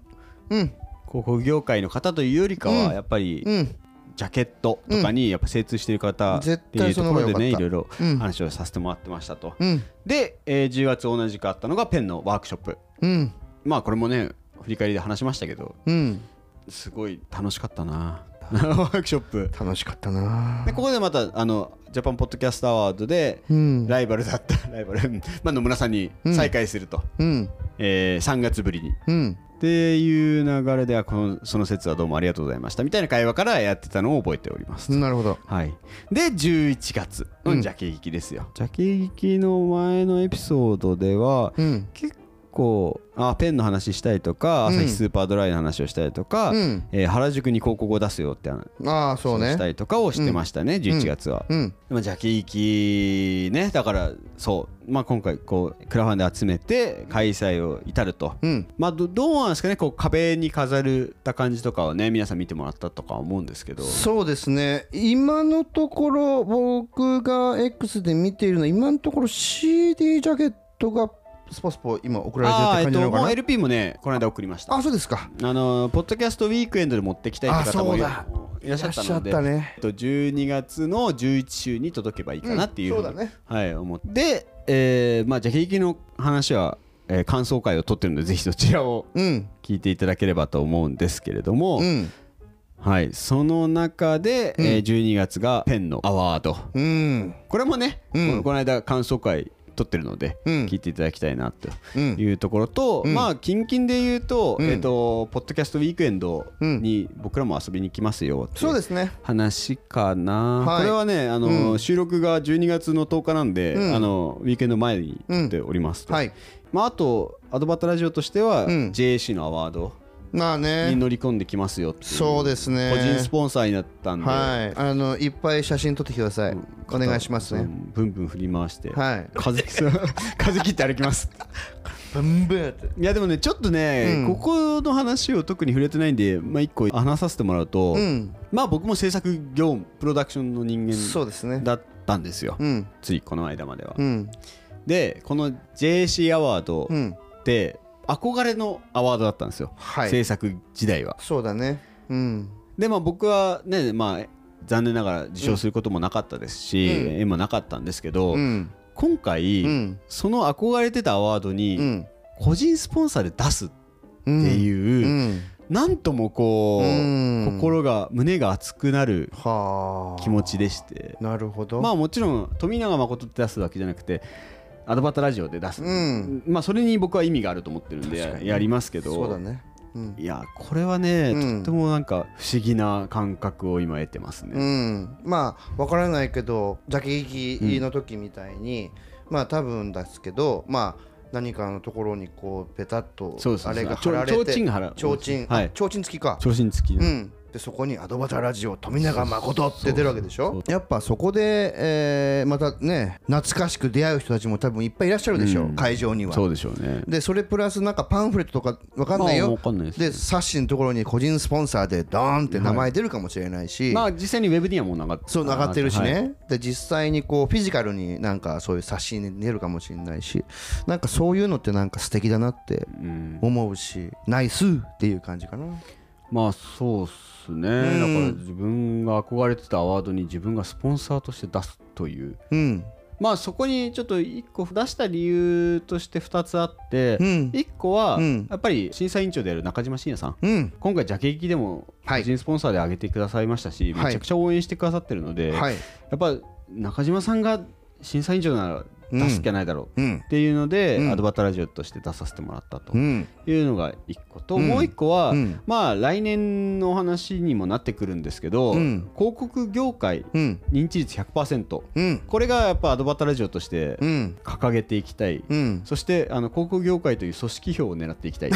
[SPEAKER 2] ううん
[SPEAKER 3] 広告業界の方というよりか
[SPEAKER 2] う
[SPEAKER 3] は
[SPEAKER 2] ん
[SPEAKER 3] やっぱり、
[SPEAKER 2] うん
[SPEAKER 3] ジャケットとかにやっぱ精通している方
[SPEAKER 2] うん
[SPEAKER 3] っていうところでねい
[SPEAKER 2] 絶
[SPEAKER 3] ろ
[SPEAKER 2] 対
[SPEAKER 3] いろ
[SPEAKER 2] うん
[SPEAKER 3] 話をさせてもらってましたと、
[SPEAKER 2] うん
[SPEAKER 3] で、えー10月同じくあったのがペンのワークショップ
[SPEAKER 2] うん
[SPEAKER 3] まあこれもね振り返りで話しましたけど
[SPEAKER 2] うん
[SPEAKER 3] すごい楽しかったなワークショップ
[SPEAKER 2] 楽しかったな
[SPEAKER 3] でここでまたあのジャパンポッドキャストアワードで、
[SPEAKER 2] うん
[SPEAKER 3] ライバルだった ライバル、まあ、野村さんに再会すると、
[SPEAKER 2] うん
[SPEAKER 3] えー3月ぶりに。
[SPEAKER 2] うん
[SPEAKER 3] っていう流れではこのその説はどうもありがとうございましたみたいな会話からやってたのを覚えております。
[SPEAKER 2] なるほど
[SPEAKER 3] はい、で11月のジャケ聞きですよ。ジャケ聞きの前のエピソードでは
[SPEAKER 2] うん
[SPEAKER 3] 結構あペンの話したりとか
[SPEAKER 2] うん
[SPEAKER 3] 朝日スーパードライの話をしたりとか、
[SPEAKER 2] うん
[SPEAKER 3] えー原宿に広告を出すよって話
[SPEAKER 2] ああそう
[SPEAKER 3] を
[SPEAKER 2] ね
[SPEAKER 3] したりとかをしてましたね、11月は。
[SPEAKER 2] うん
[SPEAKER 3] まあ、ジャケ行きねだからそう、まあ、今回こうクラファンで集めて開催を至ると、
[SPEAKER 2] うん
[SPEAKER 3] まあ、どどうなんですかねこう壁に飾るた感じとかはね皆さん見てもらったとか思うんですけど
[SPEAKER 2] そうですね今のところ僕が X で見ているのは今のところ CD ジャケットがスポスポ今送られてるっ
[SPEAKER 3] あ
[SPEAKER 2] て
[SPEAKER 3] ーえ
[SPEAKER 2] 感
[SPEAKER 3] っ
[SPEAKER 2] じな
[SPEAKER 3] と
[SPEAKER 2] のか
[SPEAKER 3] も
[SPEAKER 2] な
[SPEAKER 3] う LP もねこの間送りました
[SPEAKER 2] あそうですか
[SPEAKER 3] あのポッドキャストウィークエンドで持ってきたいって方もい
[SPEAKER 2] あ
[SPEAKER 3] らいらっしゃったので
[SPEAKER 2] いらっしゃったね
[SPEAKER 3] えっと12月の11週に届けばいいかなっていう,、
[SPEAKER 2] うんそうだね
[SPEAKER 3] はい思ってで、えーまあ、ジャケ行きの話は、えー感想会を取ってるのでぜひそちらを
[SPEAKER 2] うん
[SPEAKER 3] 聞いていただければと思うんですけれども、
[SPEAKER 2] うん
[SPEAKER 3] はい、その中で、えー12月がペンのアワード
[SPEAKER 2] うん
[SPEAKER 3] これもね、
[SPEAKER 2] うん
[SPEAKER 3] このこの間感想会撮ってるので、
[SPEAKER 2] うん
[SPEAKER 3] 聞いていただきたいなと
[SPEAKER 2] うん
[SPEAKER 3] いうところと、
[SPEAKER 2] ん
[SPEAKER 3] まあ近々で言うと、
[SPEAKER 2] うん
[SPEAKER 3] えっ、とポッドキャストウィークエンドに僕らも遊びに来ますよってい
[SPEAKER 2] そう
[SPEAKER 3] う
[SPEAKER 2] ですね
[SPEAKER 3] 話かな、
[SPEAKER 2] はい
[SPEAKER 3] これはねあの、
[SPEAKER 2] うん
[SPEAKER 3] 収録が12月の10日なんで、
[SPEAKER 2] うん
[SPEAKER 3] あのウィークエンド前に撮っておりますと、
[SPEAKER 2] はい
[SPEAKER 3] まあ、あとアドバタラジオとしては、
[SPEAKER 2] うん
[SPEAKER 3] JAC のアワード
[SPEAKER 2] まあね
[SPEAKER 3] に乗り込んできますよっていう
[SPEAKER 2] そうですね
[SPEAKER 3] 個人スポンサーになったんで、
[SPEAKER 2] はいあのいっぱい写真撮ってきてくださいお願いします
[SPEAKER 3] う
[SPEAKER 2] ね
[SPEAKER 3] んブンブン振り回して、
[SPEAKER 2] はい
[SPEAKER 3] 風邪 ひく風邪切って歩きます
[SPEAKER 2] ブンブンって
[SPEAKER 3] いやでもねちょっとね、
[SPEAKER 2] うん
[SPEAKER 3] ここの話を特に触れてないんで、まあ、一個話させてもらうと、
[SPEAKER 2] うん
[SPEAKER 3] まあ僕も制作業務プロダクションの人
[SPEAKER 2] そ
[SPEAKER 3] 間
[SPEAKER 2] うですね
[SPEAKER 3] だったんですよ、
[SPEAKER 2] うん
[SPEAKER 3] ついこの間までは、
[SPEAKER 2] うん
[SPEAKER 3] でこの JAC アワード
[SPEAKER 2] うん
[SPEAKER 3] って憧れのアワードだったんですよ、
[SPEAKER 2] はい
[SPEAKER 3] 制作時代は
[SPEAKER 2] そうだねうん
[SPEAKER 3] でまあ僕はねまあ残念ながら受賞することもなかったですし、
[SPEAKER 2] うん
[SPEAKER 3] 縁もなかったんですけど、
[SPEAKER 2] うん
[SPEAKER 3] 今回、
[SPEAKER 2] うん
[SPEAKER 3] その憧れてたアワード
[SPEAKER 2] う
[SPEAKER 3] に
[SPEAKER 2] ん
[SPEAKER 3] 個人スポンサーで出すって
[SPEAKER 2] う
[SPEAKER 3] いうう、
[SPEAKER 2] ん
[SPEAKER 3] なんともこう、
[SPEAKER 2] うん
[SPEAKER 3] 心が胸が熱くなる
[SPEAKER 2] はあ
[SPEAKER 3] 気持ちでして
[SPEAKER 2] なるほど
[SPEAKER 3] まあもちろん富永誠って出すわけじゃなくてアドバタラジオで出す、
[SPEAKER 2] うん
[SPEAKER 3] まあそれに僕は意味があると思ってるん
[SPEAKER 2] 確か
[SPEAKER 3] で
[SPEAKER 2] に
[SPEAKER 3] やりますけど
[SPEAKER 2] そうだねうん
[SPEAKER 3] いやこれはね、
[SPEAKER 2] うん
[SPEAKER 3] とってもなんか不思議な感覚を今得てます
[SPEAKER 2] う
[SPEAKER 3] ね。
[SPEAKER 2] ん、まあ分からないけどジャケ聞きの時みたいに、まあ多分ですけどまあ何かのところにこうペタッと
[SPEAKER 3] そうそうそう
[SPEAKER 2] あれが貼られ
[SPEAKER 3] ち
[SPEAKER 2] て
[SPEAKER 3] ょ提灯が貼ら
[SPEAKER 2] 提灯
[SPEAKER 3] はい
[SPEAKER 2] あ提灯付きか
[SPEAKER 3] 調子につき、
[SPEAKER 2] うんでそこに「アドバタラジオ富永誠」って出るわけでし
[SPEAKER 3] そうそ
[SPEAKER 2] ょ
[SPEAKER 3] う
[SPEAKER 2] やっぱそこで、えーまたね懐かしく出会う人たちも多分いっぱいいらっしゃるでしょ、
[SPEAKER 3] うん
[SPEAKER 2] 会場には
[SPEAKER 3] そうでしょうね。
[SPEAKER 2] でそれプラスなんかパンフレットとか分かんない
[SPEAKER 3] まあ
[SPEAKER 2] よ
[SPEAKER 3] わかんないですね
[SPEAKER 2] で冊子のところに個人スポンサーでドーンって名前出るかもしれないし、
[SPEAKER 3] まあ実際にウェブにはもう上がっ
[SPEAKER 2] そう上がってるしね、
[SPEAKER 3] はい
[SPEAKER 2] で実際にこうフィジカルになんかそういう冊子に出るかもしれないしなんかそういうのってなんか素敵だなって
[SPEAKER 3] うん
[SPEAKER 2] 思うし、ナイスっていう感じかな
[SPEAKER 3] まあそうっすね、
[SPEAKER 2] ん
[SPEAKER 3] だから自分が憧れてたアワードに自分がスポンサーとして出すという
[SPEAKER 2] うん
[SPEAKER 3] まあそこにちょっと1個出した理由として2つあって、
[SPEAKER 2] うん
[SPEAKER 3] 1個は
[SPEAKER 2] うん
[SPEAKER 3] やっぱり審査委員長である中島信也さん
[SPEAKER 2] うん
[SPEAKER 3] 今回ジャケ行きでも個
[SPEAKER 2] はい
[SPEAKER 3] 人スポンサーで上げてくださいましたし、
[SPEAKER 2] はい
[SPEAKER 3] めちゃくちゃ応援してくださってるので、
[SPEAKER 2] はい
[SPEAKER 3] やっぱ中島さんが審査委員長なら出すきゃないだろう、
[SPEAKER 2] うん
[SPEAKER 3] っていうので、
[SPEAKER 2] うん
[SPEAKER 3] アドバタラジオとして出させてもらったと
[SPEAKER 2] うん
[SPEAKER 3] いうのが1個と、
[SPEAKER 2] うん
[SPEAKER 3] もう1個は、
[SPEAKER 2] うん
[SPEAKER 3] まあ来年のお話にもなってくるんですけど、
[SPEAKER 2] うん
[SPEAKER 3] 広告業界
[SPEAKER 2] うん
[SPEAKER 3] 認知率100%
[SPEAKER 2] うん
[SPEAKER 3] これがやっぱアドバタラジオとして
[SPEAKER 2] うん
[SPEAKER 3] 掲げていきたい、
[SPEAKER 2] うん
[SPEAKER 3] そしてあの広告業界という組織票を狙っていきたい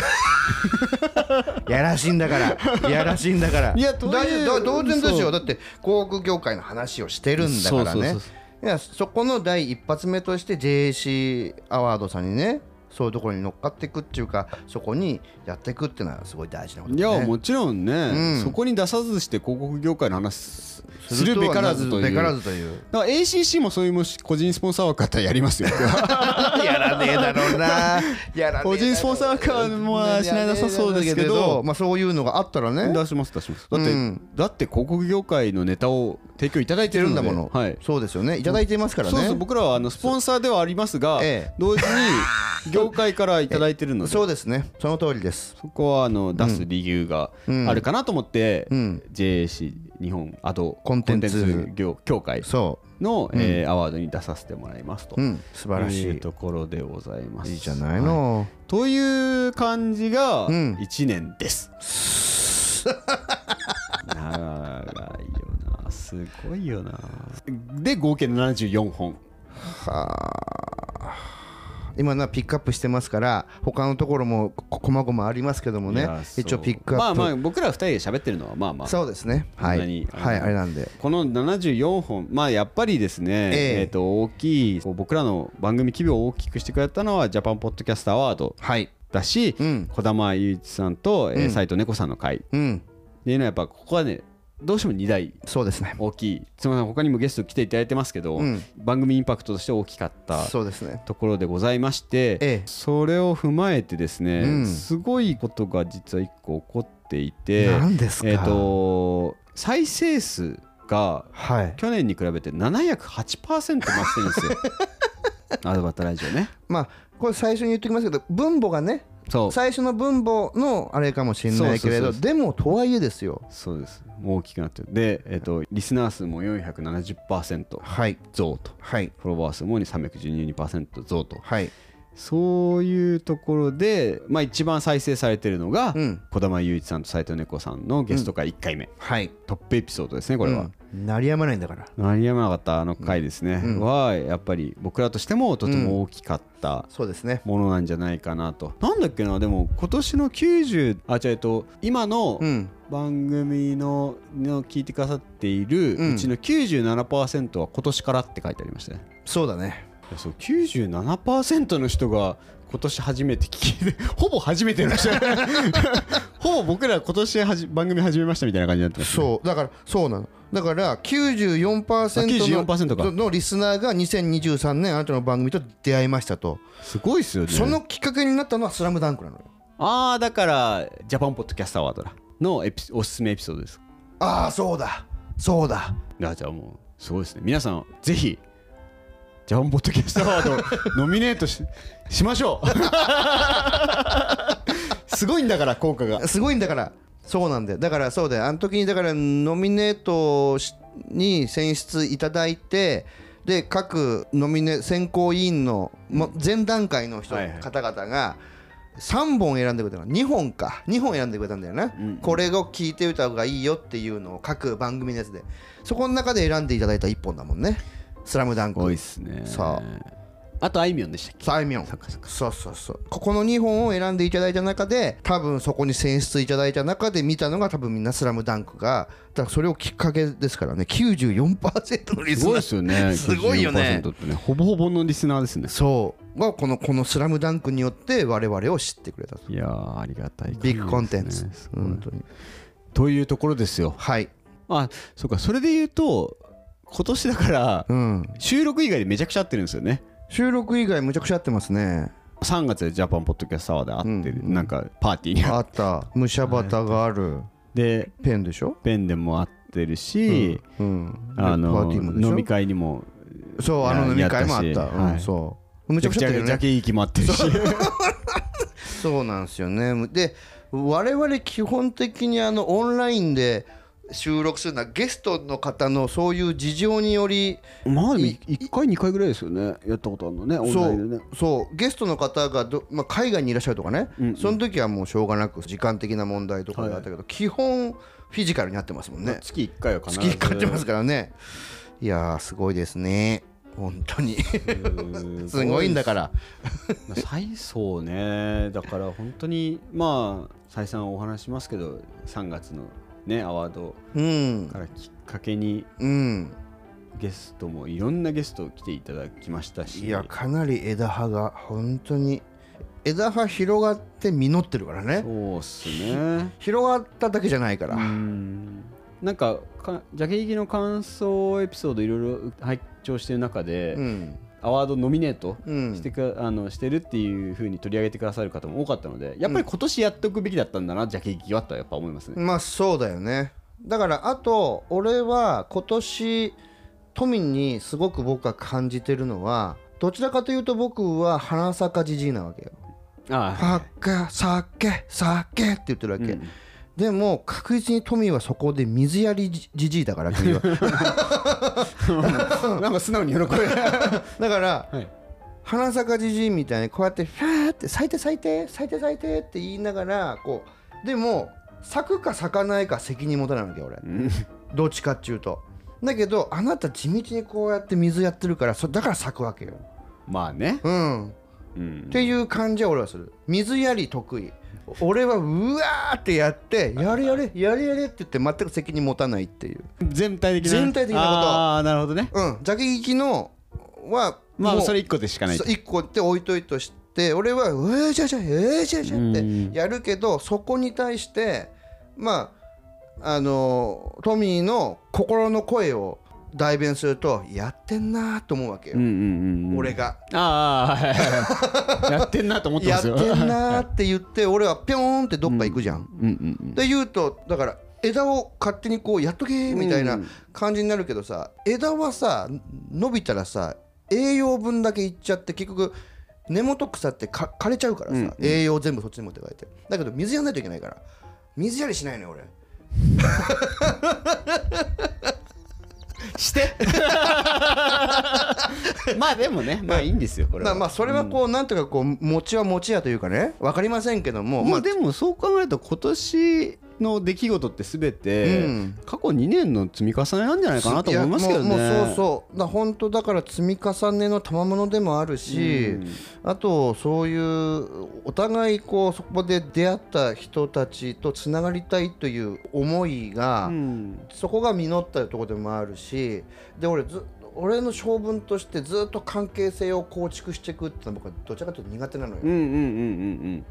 [SPEAKER 2] やらしいんだからやらしいんだから
[SPEAKER 3] いやという
[SPEAKER 2] 大丈夫だ当然です
[SPEAKER 3] そ
[SPEAKER 2] よ
[SPEAKER 3] う
[SPEAKER 2] だって広告業界の話をしてるんだからね
[SPEAKER 3] そうそうそ
[SPEAKER 2] いやそこの第一発目として JAC アワードさんにねそういうところに乗っかっていくっていうかそこにやっていくっていうのはすごい大事なこと
[SPEAKER 3] い
[SPEAKER 2] だ
[SPEAKER 3] や
[SPEAKER 2] ね
[SPEAKER 3] もちろんね、
[SPEAKER 2] うん
[SPEAKER 3] そこに出さずして広告業界の話すする
[SPEAKER 2] と
[SPEAKER 3] べ
[SPEAKER 2] は
[SPEAKER 3] からずという
[SPEAKER 2] べからずと いう
[SPEAKER 3] だから ACC もそういうもし個人スポンサー枠あったらや りますよ
[SPEAKER 2] やらねえだろうなやらねえだろう
[SPEAKER 3] 個人スポンサー枠はもうしないなさそうですけど
[SPEAKER 2] やらねえだろうまあ、そういうのがあったらね
[SPEAKER 3] 出します出しますだって、
[SPEAKER 2] うん
[SPEAKER 3] だって広告業界のネタを提供いただいて
[SPEAKER 2] て
[SPEAKER 3] る
[SPEAKER 2] る
[SPEAKER 3] ん
[SPEAKER 2] ん
[SPEAKER 3] だ
[SPEAKER 2] だ
[SPEAKER 3] も
[SPEAKER 2] も
[SPEAKER 3] の
[SPEAKER 2] の、
[SPEAKER 3] はい
[SPEAKER 2] そうですよねいただいていますからね、
[SPEAKER 3] そうそう僕らはあのスポンサーではありますが、
[SPEAKER 2] ええ
[SPEAKER 3] 同時に業界からいただいてるので、
[SPEAKER 2] そうですねその通りです
[SPEAKER 3] そこはあの出す理由が
[SPEAKER 2] うん
[SPEAKER 3] あるかなと思って、
[SPEAKER 2] うん
[SPEAKER 3] JAC 日本アド
[SPEAKER 2] コンテンツ
[SPEAKER 3] 業協会
[SPEAKER 2] そ
[SPEAKER 3] の、えーアワードに出させてもらいますと、
[SPEAKER 2] ううん素晴らしい、
[SPEAKER 3] うところでございます。
[SPEAKER 2] いいじゃない
[SPEAKER 3] は
[SPEAKER 2] の、
[SPEAKER 3] という感じが
[SPEAKER 2] うん
[SPEAKER 3] 1年です。長いよなすごいよなで合計74本
[SPEAKER 2] 今のはピックアップしてますから他のところもここまごまありますけども
[SPEAKER 3] い
[SPEAKER 2] ね
[SPEAKER 3] やそう
[SPEAKER 2] 一応ピックアップ、
[SPEAKER 3] まあまあ僕ら2人で喋ってるのはまあまあ
[SPEAKER 2] そうですねは
[SPEAKER 3] そんなに
[SPEAKER 2] い、はい、
[SPEAKER 3] あ
[SPEAKER 2] あ
[SPEAKER 3] れ
[SPEAKER 2] れなんで
[SPEAKER 3] この74本まあやっぱりですね、
[SPEAKER 2] え
[SPEAKER 3] え
[SPEAKER 2] え
[SPEAKER 3] ーと大きいこう僕らの番組規模を大きくしてくれたのはジャパンポッドキャストアワード
[SPEAKER 2] はい
[SPEAKER 3] だし、
[SPEAKER 2] うん
[SPEAKER 3] 児玉雄一さんと、えー
[SPEAKER 2] うん
[SPEAKER 3] 斉藤猫さんの会っ
[SPEAKER 2] うん
[SPEAKER 3] ていうのはやっぱここはねどうしても2台
[SPEAKER 2] そうですね
[SPEAKER 3] 大きいつまり他にもゲスト来ていただいてますけど、
[SPEAKER 2] うん
[SPEAKER 3] 番組インパクトとして大きかった
[SPEAKER 2] そうですね
[SPEAKER 3] ところでございまして、
[SPEAKER 2] ええ
[SPEAKER 3] それを踏まえてですね、
[SPEAKER 2] うん
[SPEAKER 3] すごいことが実は1個起こっていて
[SPEAKER 2] 何ですか
[SPEAKER 3] えっ、と再生数が
[SPEAKER 2] はい
[SPEAKER 3] 去年に比べて708%増してるんですよアドバタラジオね
[SPEAKER 2] まあこれ最初に言っておきますけど分母がね
[SPEAKER 3] そう
[SPEAKER 2] 最初の分母のあれかもしれないけれ
[SPEAKER 3] そうそ
[SPEAKER 2] ど
[SPEAKER 3] うそうそう
[SPEAKER 2] でもとはいえですよ
[SPEAKER 3] そうですもう大きくなってるで、えっとリスナー数も470%
[SPEAKER 2] はい
[SPEAKER 3] 増と
[SPEAKER 2] はい
[SPEAKER 3] フォロワー数も312%増と
[SPEAKER 2] はい
[SPEAKER 3] そういうところで、まあ、一番再生されてるのが、
[SPEAKER 2] うん
[SPEAKER 3] 児玉雄一さんと斎藤猫さんのゲスト会1回目、
[SPEAKER 2] はい
[SPEAKER 3] トップエピソードですねこれ
[SPEAKER 2] う
[SPEAKER 3] は、
[SPEAKER 2] ん鳴りやまないんだから
[SPEAKER 3] 鳴りやまなかったあの回ですね、
[SPEAKER 2] うん
[SPEAKER 3] はやっぱり僕らとしてもとても大きかった
[SPEAKER 2] そうですね
[SPEAKER 3] ものなんじゃないかなと、なんだっけなでも今年の90あじゃえっと今の
[SPEAKER 2] うん
[SPEAKER 3] 番組のの聞いてくださっている
[SPEAKER 2] うん
[SPEAKER 3] うちの97%は今年からって書いてありましたね、
[SPEAKER 2] そうだね
[SPEAKER 3] いやそう97%の人が今年初めて聞いて ほぼ初めての人 ほぼ僕ら今年はじ番組始めましたみたいな感じになってます、ね、
[SPEAKER 2] そうだからそうなのだから
[SPEAKER 3] あ94%か
[SPEAKER 2] 94%ののリスナーが2023年あなたの番組と出会いましたと
[SPEAKER 3] すごいっすよね
[SPEAKER 2] そのきっかけになったのは「スラムダンクなのよ
[SPEAKER 3] ああだからジャパンポッドキャストアワードだのエピおすすめエピソードです
[SPEAKER 2] ああそうだそうだ
[SPEAKER 3] いやじゃあもうすごいですね皆さんぜひジャパンポッドキャストアワードノミネートししまし ょうすごいんだから効果が
[SPEAKER 2] すごいんだからそうなんだよだからそうだよあの時にだからノミネートしに選出いただいてで各ノミネ選考委員のも前段階の人、
[SPEAKER 3] はいはい
[SPEAKER 2] 方々が3本選んでくれたの2本か2本選んでくれたんだよね、これを聞いて歌うがいいよっていうのを各番組のやつでそこの中で選んでいただいた1本だもんね「スラムダン
[SPEAKER 3] すごい
[SPEAKER 2] ク
[SPEAKER 3] っすね
[SPEAKER 2] さ
[SPEAKER 3] あとあいみょんでしたっけ
[SPEAKER 2] サイミョン
[SPEAKER 3] そっかそっか
[SPEAKER 2] そうそうそうここの2本を選んでいただいた中で多分そこに選出いただいた中で見たのが多分みんな「スラムダンクがだからそれをきっかけですからね94%のリ
[SPEAKER 3] す
[SPEAKER 2] ス
[SPEAKER 3] ご
[SPEAKER 2] ナ
[SPEAKER 3] いで
[SPEAKER 2] ー
[SPEAKER 3] すよね
[SPEAKER 2] すごいよね
[SPEAKER 3] 94%ってねほぼほぼのリスナーですね
[SPEAKER 2] そうがこのこの「スラムダンクによって我々を知ってくれたと
[SPEAKER 3] いやーありがたい限りですね
[SPEAKER 2] ビッグコンテンツ、
[SPEAKER 3] すごい
[SPEAKER 2] 本当に
[SPEAKER 3] というところですよ
[SPEAKER 2] はい
[SPEAKER 3] あそうかそれで言うと今年だから
[SPEAKER 2] うん
[SPEAKER 3] 収録以外でめちゃくちゃ合ってるんですよね
[SPEAKER 2] 収録以外むちゃくちゃ合ってますね
[SPEAKER 3] 3月でジャパンポッドキャストアワーで会ってる、なんかパーティーに会っ
[SPEAKER 2] あった武者旗がある
[SPEAKER 3] て
[SPEAKER 2] ペンでしょ
[SPEAKER 3] ペンでも会ってるし、
[SPEAKER 2] うん
[SPEAKER 3] あ
[SPEAKER 2] パー
[SPEAKER 3] の
[SPEAKER 2] ティーもでしょ
[SPEAKER 3] 飲み会にも
[SPEAKER 2] そうあの飲み会もあっ
[SPEAKER 3] や
[SPEAKER 2] た
[SPEAKER 3] ったしはい
[SPEAKER 2] うんそうむちゃくちゃ合ってるよね
[SPEAKER 3] ジャケ息もあってるし
[SPEAKER 2] そうなんですよねで我々基本的にあのオンラインで収録するのはゲストの方のそういう事情により
[SPEAKER 3] まあ1回2回ぐらいですよねやったことあるのねオンラ
[SPEAKER 2] そ
[SPEAKER 3] インでね
[SPEAKER 2] うそうゲストの方がど、まあ、海外にいらっしゃるとかね、その時はもうしょうがなく時間的な問題とかだったけど、基本フィジカルになってますもんね
[SPEAKER 3] 月1回は必
[SPEAKER 2] 月
[SPEAKER 3] ず
[SPEAKER 2] 1回ってますからねいやーすごいですね本当に すごいんだから
[SPEAKER 3] まあ再そうねだから本当にまあ再三お話しますけど3月のねアワード
[SPEAKER 2] うん
[SPEAKER 3] からきっかけに
[SPEAKER 2] うん
[SPEAKER 3] ゲストもいろんなゲスト来ていただきましたし
[SPEAKER 2] いやかなり枝葉が本当に枝葉広がって実ってるからね
[SPEAKER 3] そうっすね
[SPEAKER 2] 広がっただけじゃないから、
[SPEAKER 3] うんなんかかジャケ行きの感想エピソードいろいろ拝聴してる中で、
[SPEAKER 2] うん
[SPEAKER 3] アワードノミネート
[SPEAKER 2] うん
[SPEAKER 3] してく、あのしてるっていう風に取り上げてくださる方も多かったのでやっぱり今年やっておくべきだったんだな、ジャケ行きはとはやっぱ思いますね、
[SPEAKER 2] まあそうだよねだからあと俺は今年都民にすごく僕が感じてるのはどちらかというと僕は花坂じじいなわけよ「
[SPEAKER 3] あ
[SPEAKER 2] 酒酒酒」って言ってるわ
[SPEAKER 3] あ、う
[SPEAKER 2] け、
[SPEAKER 3] ん
[SPEAKER 2] でも確実に都民はそこで水やりじじいだから君は
[SPEAKER 3] なんか素直に喜 ぶ。
[SPEAKER 2] だから
[SPEAKER 3] はい。
[SPEAKER 2] 花坂じじいみたいにこうやってファーって咲いて咲いて咲いて咲いてって言いながらこうでも咲くか咲かないか責任持たないわけよ俺どっちかっちゅうとだけどあなた地道にこうやって水やってるからそだから咲くわけよ
[SPEAKER 3] まあね。
[SPEAKER 2] うん、っ
[SPEAKER 3] うん。
[SPEAKER 2] ていう感じは俺はする水やり得意俺はうわーってやってやれやれやれやれって言って全く責任持たないっていう
[SPEAKER 3] 全体的な。
[SPEAKER 2] 全体的なこと
[SPEAKER 3] ああ、なるほどね。
[SPEAKER 2] うんジャケ聞きのは
[SPEAKER 3] ま
[SPEAKER 2] も
[SPEAKER 3] あ、
[SPEAKER 2] う
[SPEAKER 3] それ一個でしかない
[SPEAKER 2] そ。う1個って置いといとして俺は「うえじゃじゃえじゃじゃ」ってやるけどそこに対してまああのトミーの心の声を代弁するとやってんなーと思うわけよ、
[SPEAKER 3] うんうんうん。
[SPEAKER 2] 俺。が。
[SPEAKER 3] ああはい はいはい、やってんなと思ってま
[SPEAKER 2] やっ
[SPEAKER 3] す
[SPEAKER 2] てん
[SPEAKER 3] よ。
[SPEAKER 2] なーって言って俺はピョーンってどっか行くじゃん。
[SPEAKER 3] うんうん
[SPEAKER 2] で言うとだから枝を勝手にこうやっとけーみたいな感じになるけどさ枝はさ伸びたらさ栄養分だけいっちゃって結局根元草ってか枯れちゃうからさ、
[SPEAKER 3] うんうん
[SPEAKER 2] 栄養全部そっちに持ってかれてだけど水やんないといけないから水やりしないのよ俺
[SPEAKER 3] して まあで もねまあいいんですよこれ
[SPEAKER 2] ま
[SPEAKER 3] は
[SPEAKER 2] あまあそれはこう、なんとかこう餅は餅やというかね分かりませんけども、
[SPEAKER 3] ま
[SPEAKER 2] ま
[SPEAKER 3] あ
[SPEAKER 2] あ、
[SPEAKER 3] でもそう考えると今年の出来事って全
[SPEAKER 2] う
[SPEAKER 3] て
[SPEAKER 2] ん
[SPEAKER 3] 過去2年の積み重ねなんじゃないかなと思いますけどね。
[SPEAKER 2] いやもうもうそうそうだ本当だから積み重ねの賜物でもあるし、あとそういうお互いこうそこで出会った人たちとつながりたいという思いが、
[SPEAKER 3] うん
[SPEAKER 2] そこが実ったところでもあるしで俺ず俺の性分としてずっと関係性を構築していくってのは僕はどちらかというと苦手なのよ、
[SPEAKER 3] うんうんうん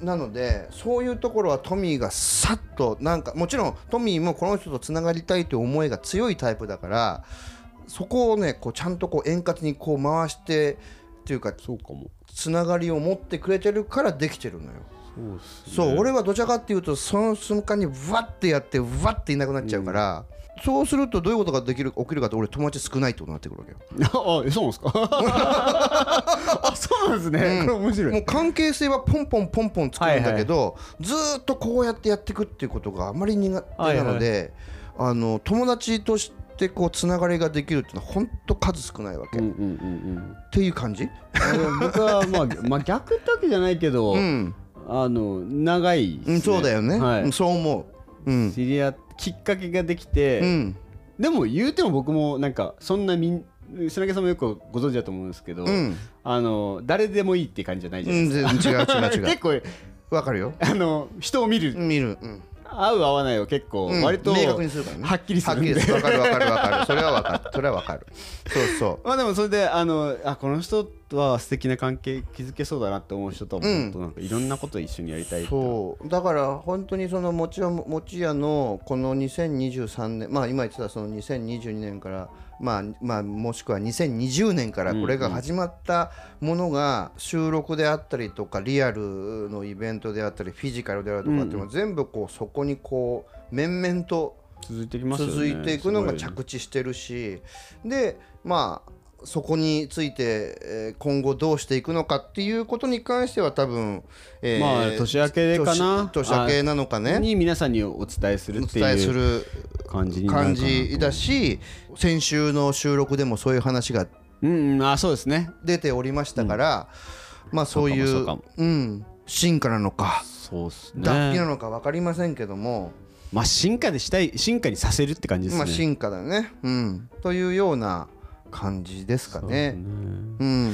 [SPEAKER 2] なのでそういうところはトミーがさっとなんかもちろんトミーもこの人とつながりたいという思いが強いタイプだからそこをねこうちゃんとこう円滑にこう回してっていうか
[SPEAKER 3] そうかも。
[SPEAKER 2] つながりを持ってくれてるからできてるのよ。
[SPEAKER 3] そうっすね
[SPEAKER 2] そう俺はどちらかっていうとその瞬間にわってやってわっていなくなっちゃうから、そうするとどういうことができる起きるかって俺友達少ないってことになってくるわけよ。
[SPEAKER 3] あえそうなんですか。 あそうなんですね。これ面白 い。
[SPEAKER 2] もう関係性はポンポンポンポン作るんだけど、ずーっとこうやってやっていくっていうことがあまり苦手なので、あの友達としてこうつながりができるっていうのは本当数少ないわけ、
[SPEAKER 3] うん
[SPEAKER 2] っ
[SPEAKER 3] うんうんうん。
[SPEAKER 2] ていう感じ、
[SPEAKER 3] あの僕はまあまあ逆ってわけじゃないけど、
[SPEAKER 2] うん
[SPEAKER 3] あの長いっす
[SPEAKER 2] う
[SPEAKER 3] ね
[SPEAKER 2] ん、そうだよね、
[SPEAKER 3] はい
[SPEAKER 2] うんそう思う、うん
[SPEAKER 3] 知り合っきっかけができて、
[SPEAKER 2] うん
[SPEAKER 3] でも言うても僕もなんかそんなみん砂毛さんもよくご存知だと思うんですけど、
[SPEAKER 2] うん
[SPEAKER 3] あの誰でもいいって感じじゃないじゃ
[SPEAKER 2] う
[SPEAKER 3] ない
[SPEAKER 2] ん、
[SPEAKER 3] です
[SPEAKER 2] 全然違う
[SPEAKER 3] か、
[SPEAKER 2] 違う違う
[SPEAKER 3] 結構
[SPEAKER 2] わかるよ
[SPEAKER 3] あの人を見る、
[SPEAKER 2] 見る、うん
[SPEAKER 3] 合う合わないを結構
[SPEAKER 2] うん
[SPEAKER 3] 割と、
[SPEAKER 2] 明確にするからね
[SPEAKER 3] はっきりするんで
[SPEAKER 2] はっきりわかるわかるわかるそれはわかるそれはわかるそうそう
[SPEAKER 3] まあでもそれであのあこの人とは素敵な関係築けそうだなって思う人とも、
[SPEAKER 2] うん
[SPEAKER 3] ほんとなんかいろんなこと一緒にやりたいって
[SPEAKER 2] そうだから本当にそのもちやもちやのこの2023年まあ今言ってたその2022年からまあまあもしくは2020年からこれが始まったものが収録であったりとかリアルのイベントであったりフィジカルであるとかっていうのは全部こうそこにこう面々と
[SPEAKER 3] 続いてきますよね
[SPEAKER 2] 続いていくのが
[SPEAKER 3] すご
[SPEAKER 2] 着地してるしでまあそこについて、えー今後どうしていくのかっていうことに関しては多分、えー
[SPEAKER 3] まあ年明けかな
[SPEAKER 2] 年年明けなのかね
[SPEAKER 3] に皆さんにお伝えする
[SPEAKER 2] お
[SPEAKER 3] って
[SPEAKER 2] 伝えす
[SPEAKER 3] いう
[SPEAKER 2] る
[SPEAKER 3] 感じになるか
[SPEAKER 2] 感
[SPEAKER 3] な
[SPEAKER 2] じだし先週の収録でもそういう話が
[SPEAKER 3] うん、うん、あそうですね
[SPEAKER 2] 出ておりましたから、まあそういう
[SPEAKER 3] そうかも
[SPEAKER 2] うん、進化なのか
[SPEAKER 3] そうっすね
[SPEAKER 2] 脱皮なのか分かりませんけども、
[SPEAKER 3] まあ進化でしたい進化にさせるって感じですね、
[SPEAKER 2] まあ進化だね、うん、というような感じですかね。うん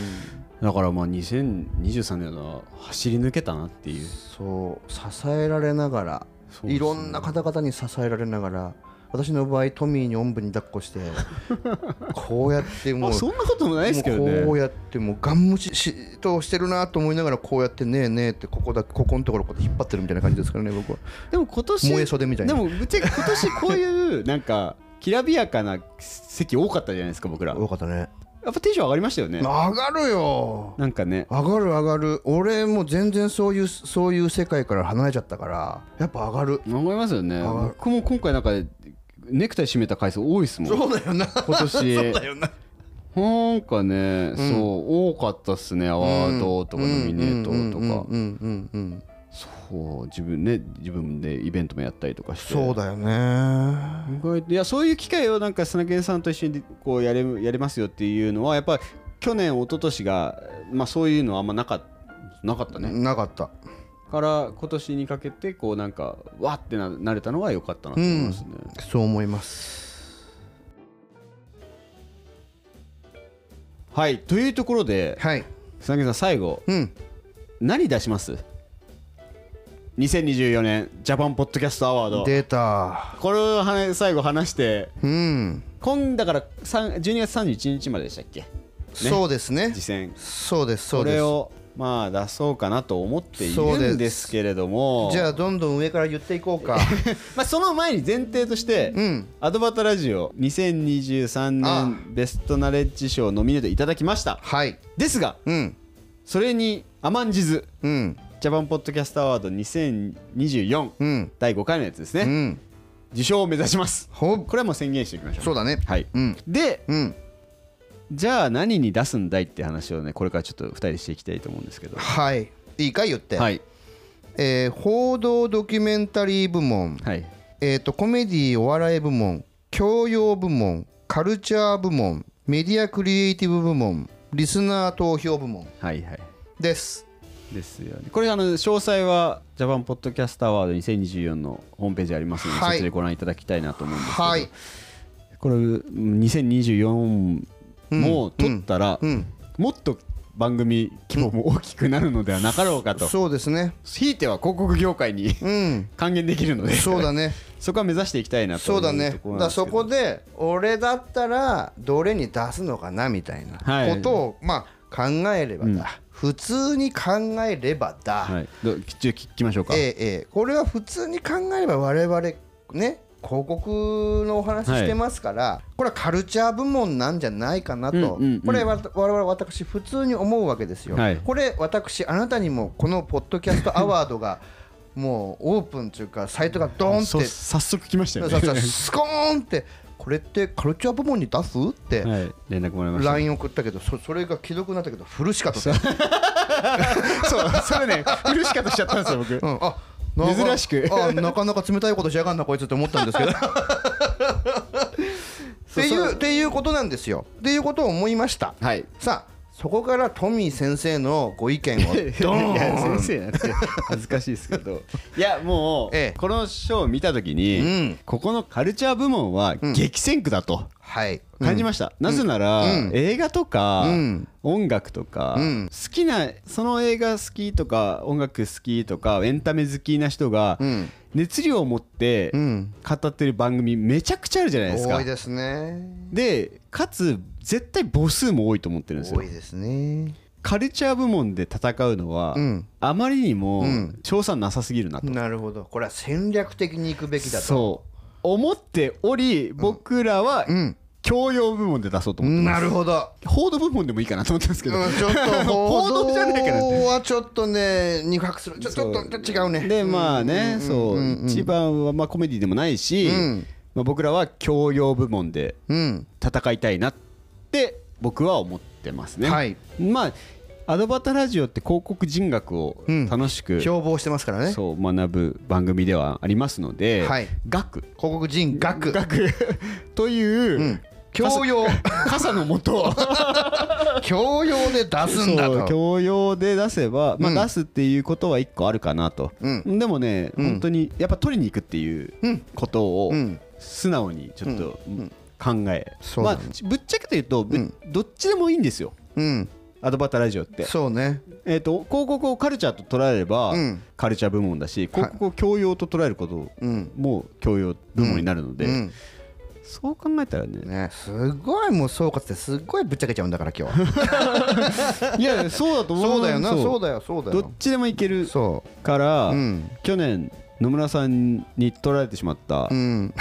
[SPEAKER 3] だからまあ2023年は走り抜けたなっていう
[SPEAKER 2] そう支えられながら、
[SPEAKER 3] そうですね
[SPEAKER 2] いろんな方々に支えられながら私の場合トミーにおんぶに抱っこして こうやっても
[SPEAKER 3] あ
[SPEAKER 2] う
[SPEAKER 3] そんなこともないですけど
[SPEAKER 2] もうこう
[SPEAKER 3] ね
[SPEAKER 2] やってもうガン無視しとしてるなと思いながらこうやってねえねえってここだここのところこうやって引っ張ってるみたいな感じですからね僕は
[SPEAKER 3] でも今年
[SPEAKER 2] 燃え袖みたいな
[SPEAKER 3] でもぶっちゃけ今年こういうなんかきらびやかな席多かったじゃないですか僕らや
[SPEAKER 2] よかったね
[SPEAKER 3] っぱテンション上がりましたよね
[SPEAKER 2] 上がるよ
[SPEAKER 3] なんかね
[SPEAKER 2] 上がる上がる俺もう全然そういうそういう世界から離れちゃったからやっぱ上がる
[SPEAKER 3] 思いますよね
[SPEAKER 2] 上がる
[SPEAKER 3] 僕も今回なんかネクタイ締めた回数多いですもん
[SPEAKER 2] うだよな
[SPEAKER 3] 今年なんかね、そう多かったっすねアワードとかノミネートと
[SPEAKER 2] う
[SPEAKER 3] か
[SPEAKER 2] んうんうんうん
[SPEAKER 3] そう自分ね自分でイベントもやったりとかして
[SPEAKER 2] そうだよね
[SPEAKER 3] 意外といやそういう機会をなんか砂健さんと一緒にこうやれやれますよっていうのはやっぱり去年一昨年がまあそういうのはあんまなかっなかったね、
[SPEAKER 2] なかった
[SPEAKER 3] から今年にかけてこうなんかわってななれたのは良かったなと思いますね、
[SPEAKER 2] そう思います
[SPEAKER 3] はいというところで
[SPEAKER 2] はい
[SPEAKER 3] 砂健さん最後
[SPEAKER 2] うん
[SPEAKER 3] 何出します2024年ジャパンポッドキャストアワード
[SPEAKER 2] 出た
[SPEAKER 3] これを話最後話して
[SPEAKER 2] うん
[SPEAKER 3] 今だからさん12月31日まででしたっけ
[SPEAKER 2] そうですね
[SPEAKER 3] 次戦
[SPEAKER 2] そうですそ
[SPEAKER 3] こ
[SPEAKER 2] うで
[SPEAKER 3] れ
[SPEAKER 2] す
[SPEAKER 3] をまあ出そうかなと思ってい
[SPEAKER 2] そう
[SPEAKER 3] る
[SPEAKER 2] で
[SPEAKER 3] ん
[SPEAKER 2] す
[SPEAKER 3] ですけれども
[SPEAKER 2] じゃあどんどん上から言ってい こうか
[SPEAKER 3] まあ、その前に前提として、
[SPEAKER 2] うん
[SPEAKER 3] アドバタラジオ2023
[SPEAKER 2] あ
[SPEAKER 3] 年ベストナレッジ賞をノミネートいただきました
[SPEAKER 2] はい
[SPEAKER 3] ですが
[SPEAKER 2] うん
[SPEAKER 3] それに甘んじず
[SPEAKER 2] うん
[SPEAKER 3] ジャパンポッドキャストアワード2024、
[SPEAKER 2] うん
[SPEAKER 3] 第5回のやつですね、
[SPEAKER 2] うん
[SPEAKER 3] 受賞を目指します
[SPEAKER 2] ほ
[SPEAKER 3] これはもう宣言していきましょう
[SPEAKER 2] そうだね
[SPEAKER 3] はい、
[SPEAKER 2] うん
[SPEAKER 3] で
[SPEAKER 2] うん
[SPEAKER 3] じゃあ何に出すんだいって話をねこれからちょっと2人でしていきたいと思うんですけど
[SPEAKER 2] はいいいか言って、
[SPEAKER 3] はい
[SPEAKER 2] えー報道ドキュメンタリー部門、
[SPEAKER 3] はい
[SPEAKER 2] えー、とコメディお笑い部門教養部門カルチャー部門メディアクリエイティブ部門リスナー投票部門
[SPEAKER 3] はいはい
[SPEAKER 2] です
[SPEAKER 3] ですよねこれあの詳細はジャパンポッドキャストアワード2024のホームページありますので、
[SPEAKER 2] はい
[SPEAKER 3] そちらでご覧いただきたいなと思うんですけど、
[SPEAKER 2] はい
[SPEAKER 3] これうん2024も撮ったら、
[SPEAKER 2] うん
[SPEAKER 3] もっと番組規模も大きくなるのではなかろうかと、
[SPEAKER 2] そうですね
[SPEAKER 3] ひいては広告業界に
[SPEAKER 2] うん
[SPEAKER 3] 還元できるので
[SPEAKER 2] そうだね
[SPEAKER 3] そこは目指していきたいなと
[SPEAKER 2] そ
[SPEAKER 3] 思
[SPEAKER 2] うだね
[SPEAKER 3] ところ
[SPEAKER 2] だ
[SPEAKER 3] な
[SPEAKER 2] から
[SPEAKER 3] んですけ
[SPEAKER 2] そ
[SPEAKER 3] ど
[SPEAKER 2] こで俺だったらどれに出すのかなみたいな
[SPEAKER 3] はい
[SPEAKER 2] ことを、まあ考えればだ、
[SPEAKER 3] うん
[SPEAKER 2] 普通に考えればだ、
[SPEAKER 3] はい、どう一応聞きましょうか、
[SPEAKER 2] ええええこれは普通に考えれば我々ね広告のお話してますから、これはカルチャー部門なんじゃないかなと、
[SPEAKER 3] うんうんうん
[SPEAKER 2] これは我々私普通に思うわけですよ、
[SPEAKER 3] はい
[SPEAKER 2] これ私あなたにもこのポッドキャストアワードが もうオープンというかサイトがドーン
[SPEAKER 3] そう
[SPEAKER 2] っ
[SPEAKER 3] 早速来ましたよね
[SPEAKER 2] てささスコーンってこれってカルチャー部門に出すって、
[SPEAKER 3] はい、連絡もらいました
[SPEAKER 2] LINE 送ったけどそそれが既読になったけど古しかった、
[SPEAKER 3] そうそれね 嬉しかったしちゃったんですよ僕
[SPEAKER 2] うん、あなんか
[SPEAKER 3] 珍しく
[SPEAKER 2] あなかなか冷たいことしやがんなこいつって思ったん ですけどっていうっていうことなんですよ。っていうことを思いました。
[SPEAKER 3] はい
[SPEAKER 2] さあそこからトミー先生のご意見をド
[SPEAKER 3] いや
[SPEAKER 2] ーン
[SPEAKER 3] 先生なんて恥ずかしいですけどいやもう、
[SPEAKER 2] ええ
[SPEAKER 3] このショーを見た時に、
[SPEAKER 2] うん
[SPEAKER 3] ここのカルチャー部門は激戦区だと
[SPEAKER 2] はい
[SPEAKER 3] 感じました、なぜなら、
[SPEAKER 2] うん
[SPEAKER 3] 映画とか、
[SPEAKER 2] うん
[SPEAKER 3] 音楽とか、
[SPEAKER 2] うん
[SPEAKER 3] 好きなその映画好きとか音楽好きとかエンタメ好きな人が
[SPEAKER 2] うん
[SPEAKER 3] 熱量を持って
[SPEAKER 2] うん
[SPEAKER 3] 語ってる番組めちゃくちゃあるじゃないですか
[SPEAKER 2] 多いですね。
[SPEAKER 3] でかつ絶対母数も多いと思ってるんですよ
[SPEAKER 2] 多いですね。
[SPEAKER 3] カルチャー部門で戦うのは、
[SPEAKER 2] うん
[SPEAKER 3] あまりにも
[SPEAKER 2] うん
[SPEAKER 3] 調査なさすぎるなと、
[SPEAKER 2] なるほど。これは戦略的に行くべきだと。
[SPEAKER 3] そう思っており僕らは
[SPEAKER 2] うん
[SPEAKER 3] 教養部門で出そうと思ってます、
[SPEAKER 2] なるほど。
[SPEAKER 3] 報道部門でもいいかなと思ってますけど、
[SPEAKER 2] うんちょっと
[SPEAKER 3] 報
[SPEAKER 2] 報
[SPEAKER 3] 道
[SPEAKER 2] 道
[SPEAKER 3] じゃねえかな
[SPEAKER 2] はちょっとね肉薄する。ちょちょっとちょっと違うね。
[SPEAKER 3] でまあね、そう、
[SPEAKER 2] うんうんうん
[SPEAKER 3] 一番はまあコメディでもないし、
[SPEAKER 2] ん
[SPEAKER 3] まあ、僕らは教養部門で
[SPEAKER 2] うん
[SPEAKER 3] 戦いたいなって僕は思ってますね、
[SPEAKER 2] はい
[SPEAKER 3] まあアドバタラジオって広告人学を
[SPEAKER 2] うん
[SPEAKER 3] 楽しく、
[SPEAKER 2] 標榜してますからね。広
[SPEAKER 3] そう学ぶ番組ではありますので、
[SPEAKER 2] はい
[SPEAKER 3] 学
[SPEAKER 2] 告人学
[SPEAKER 3] 学という、
[SPEAKER 2] うん教 養
[SPEAKER 3] 傘のも と
[SPEAKER 2] 教養で出すんだ
[SPEAKER 3] そう
[SPEAKER 2] と。
[SPEAKER 3] 教養で出せば、まあ、出すっていうことは一個あるかなと、
[SPEAKER 2] う
[SPEAKER 3] でもね、本当にやっぱ取りに行くっていう
[SPEAKER 2] うん
[SPEAKER 3] ことを
[SPEAKER 2] うん
[SPEAKER 3] 素直にちょっと考え、
[SPEAKER 2] そう
[SPEAKER 3] ま
[SPEAKER 2] だ
[SPEAKER 3] あ
[SPEAKER 2] ね、
[SPEAKER 3] ぶっちゃけと言うと、ぶ
[SPEAKER 2] うん
[SPEAKER 3] どっちでもいいんですよ
[SPEAKER 2] うん
[SPEAKER 3] アドバタラジオって、
[SPEAKER 2] そうね。
[SPEAKER 3] えー、と広告をカルチャーと捉えれば、
[SPEAKER 2] うん
[SPEAKER 3] カルチャー部門だし広告を教養と捉えること
[SPEAKER 2] うん
[SPEAKER 3] も教養部門になるので、
[SPEAKER 2] うん
[SPEAKER 3] そう考えたらね
[SPEAKER 2] ね、すごいもう総括ってすっごいぶっちゃけちゃうんだから 今日
[SPEAKER 3] いやいやそうだと思う
[SPEAKER 2] そうだよな
[SPEAKER 3] そう
[SPEAKER 2] そうだよそうだ
[SPEAKER 3] どっ
[SPEAKER 2] よ
[SPEAKER 3] ちでもいける
[SPEAKER 2] そ
[SPEAKER 3] から、
[SPEAKER 2] ううん
[SPEAKER 3] 去年野村さんに取られてしまった、
[SPEAKER 2] うん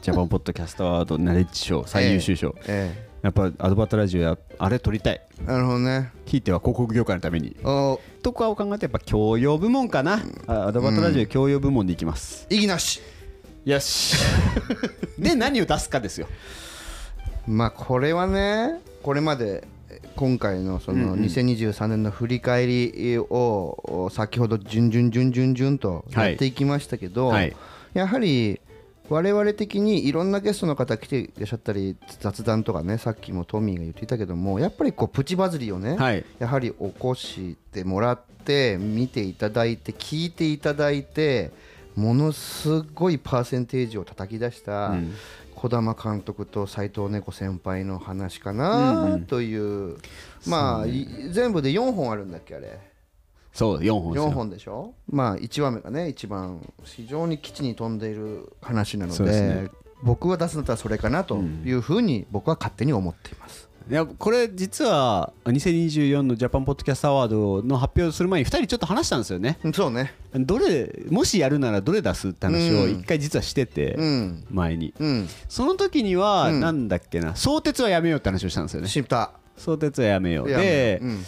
[SPEAKER 3] ジャパンポッドキャストアワードナレッジ 賞最優秀賞、
[SPEAKER 2] え
[SPEAKER 3] やっぱアドバタラジオやあれ取りたい
[SPEAKER 2] えなるほどね
[SPEAKER 3] ひいては広告業界のために
[SPEAKER 2] お
[SPEAKER 3] とかを考えてやっぱ教養部門かな、あアドバタラジオ教養部門でいきます、
[SPEAKER 2] 意義なし
[SPEAKER 3] よし で何を出すかですよ
[SPEAKER 2] まあこれはねこれまでえ今回のその2023年の振り返りをお先ほど順々順々順々とやっていきましたけど、
[SPEAKER 3] はい
[SPEAKER 2] やはり我々的にいろんなゲストの方来ていらっしゃったり雑談とかねさっきもトミーが言っていたけどもやっぱりこうプチバズりをね、
[SPEAKER 3] はい
[SPEAKER 2] やはり起こしてもらって見ていただいて聞いていただいてものすごいパーセンテージを叩き出した児玉監督と斎藤猫先輩の話かなという、まあ、い全部で4本あるんだっけあれ
[SPEAKER 3] そう4本ですよ
[SPEAKER 2] 4本でしょまあ1話目がね一番非常に基地に飛んでいる話なの
[SPEAKER 3] そ
[SPEAKER 2] で
[SPEAKER 3] うですね
[SPEAKER 2] 僕が出すんだったらそれかなというふうに僕は勝手に思っています。
[SPEAKER 3] いやこれ実は2024のジャパンポッドキャストアワードの発表する前に2人ちょっと話したんですよね
[SPEAKER 2] そうね
[SPEAKER 3] どれもしやるならどれ出すって話を
[SPEAKER 2] うん
[SPEAKER 3] 一回実はしてて、
[SPEAKER 2] うん
[SPEAKER 3] 前に
[SPEAKER 2] うん
[SPEAKER 3] その時にはなんだっけな、相鉄はやめようって話をしたんですよね
[SPEAKER 2] シンタ
[SPEAKER 3] 相鉄はやめよう
[SPEAKER 2] いや
[SPEAKER 3] で、
[SPEAKER 2] うん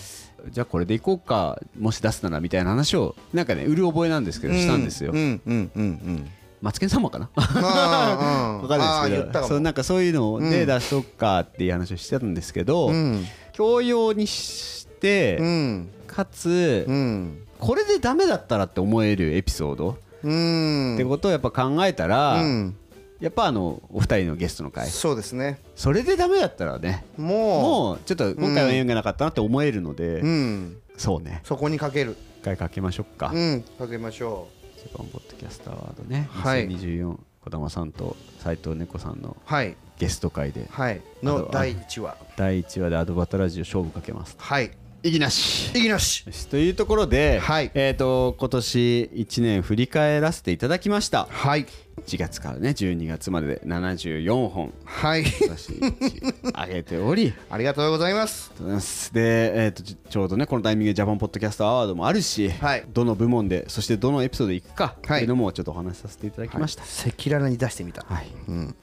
[SPEAKER 3] じゃあこれでいこうかもし出すならみたいな話をなんかねうる覚えなんですけどしたんですよ、
[SPEAKER 2] うんうんうん
[SPEAKER 3] マツケン様かな
[SPEAKER 2] あーうん
[SPEAKER 3] わかんないで
[SPEAKER 2] あー言
[SPEAKER 3] すけ
[SPEAKER 2] った
[SPEAKER 3] ど
[SPEAKER 2] かも
[SPEAKER 3] そうなんかそういうの
[SPEAKER 2] う
[SPEAKER 3] で
[SPEAKER 2] ん
[SPEAKER 3] 出しとくかっていう話をしてたんですけど、
[SPEAKER 2] うん
[SPEAKER 3] 教養にして、
[SPEAKER 2] うん
[SPEAKER 3] かつ、
[SPEAKER 2] うん
[SPEAKER 3] これでダメだったらって思えるエピソード、
[SPEAKER 2] うん
[SPEAKER 3] ってことをやっぱ考えたら、
[SPEAKER 2] うん
[SPEAKER 3] やっぱあのお二人のゲストの回
[SPEAKER 2] そうですね
[SPEAKER 3] それでダメだったらね
[SPEAKER 2] も
[SPEAKER 3] もうちょっと今回は縁がなかったなって思えるので、
[SPEAKER 2] ううん
[SPEAKER 3] そうね
[SPEAKER 2] そこにかける
[SPEAKER 3] 一回かけましょうか、
[SPEAKER 2] うんかけましょ
[SPEAKER 3] セカンドポッドキャストアワードね、
[SPEAKER 2] はい
[SPEAKER 3] 2024児玉さんと斉藤猫さんの
[SPEAKER 2] うはい
[SPEAKER 3] ゲスト会で
[SPEAKER 2] はい
[SPEAKER 3] あと
[SPEAKER 2] の
[SPEAKER 3] は
[SPEAKER 2] 第1話
[SPEAKER 3] 第1話でアドバタラジオ勝負かけます
[SPEAKER 2] はい
[SPEAKER 3] 意義なし
[SPEAKER 2] いきなし
[SPEAKER 3] よしというところで、
[SPEAKER 2] はい
[SPEAKER 3] えー、と今年1年振り返らせていただきました
[SPEAKER 2] はい
[SPEAKER 3] 1月からね12月までで74本
[SPEAKER 2] はい
[SPEAKER 3] 私上げており
[SPEAKER 2] ありがとうございます
[SPEAKER 3] ありがとうございますで、えー、とちちょうどねこのタイミングでジャパンポッドキャストアワードもあるし、
[SPEAKER 2] はい
[SPEAKER 3] どの部門でそしてどのエピソードいくかと
[SPEAKER 2] はい
[SPEAKER 3] いうのもちょっとお話しさせていただきました、
[SPEAKER 2] 赤裸々に出してみた
[SPEAKER 3] はい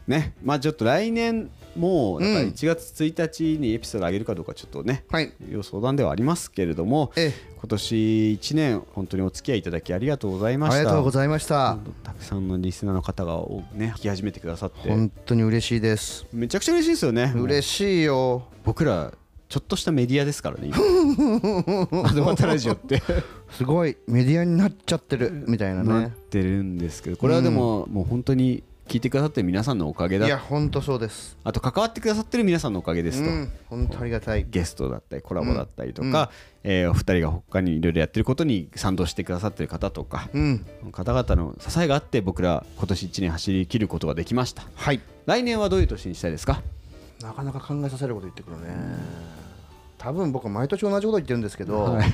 [SPEAKER 3] ねまあちょっと来年もうやっぱり1月1日にエピソード上げるかどうかちょっとね、
[SPEAKER 2] はい
[SPEAKER 3] 要相談ではありますけれども
[SPEAKER 2] ええ
[SPEAKER 3] 今年1年本当にお付き合いいただきありがとうございま
[SPEAKER 2] あ
[SPEAKER 3] した
[SPEAKER 2] りがとうございました
[SPEAKER 3] たくさんのリスナーの方が多くね聞き始めてくださって
[SPEAKER 2] 本当に嬉しいです
[SPEAKER 3] めちゃくちゃ嬉しいですよね
[SPEAKER 2] 嬉しいよ
[SPEAKER 3] 僕らちょっとしたメディアですから ね今アドバタラジオって
[SPEAKER 2] すごいメディアになっちゃってるみたいな
[SPEAKER 3] なっ
[SPEAKER 2] ね
[SPEAKER 3] てるんですけどこれはでも、もう本当に聞いてくださってる皆さんのおかげ
[SPEAKER 2] いや
[SPEAKER 3] だ
[SPEAKER 2] 本当そうです
[SPEAKER 3] あと関わってくださってる皆さんのおかげですと、
[SPEAKER 2] うん本当ありがたい
[SPEAKER 3] ゲストだったりコラボだったりとか、えーお二人が他にいろいろやってることに賛同してくださってる方とか、
[SPEAKER 2] うん
[SPEAKER 3] 方々の支えがあって僕ら今年1年走り切ることができました
[SPEAKER 2] はい
[SPEAKER 3] 来年はどういう年にしたいですか
[SPEAKER 2] なかなか考えさせること言ってくるね多分僕毎年同じこと言ってるんですけど、
[SPEAKER 3] はい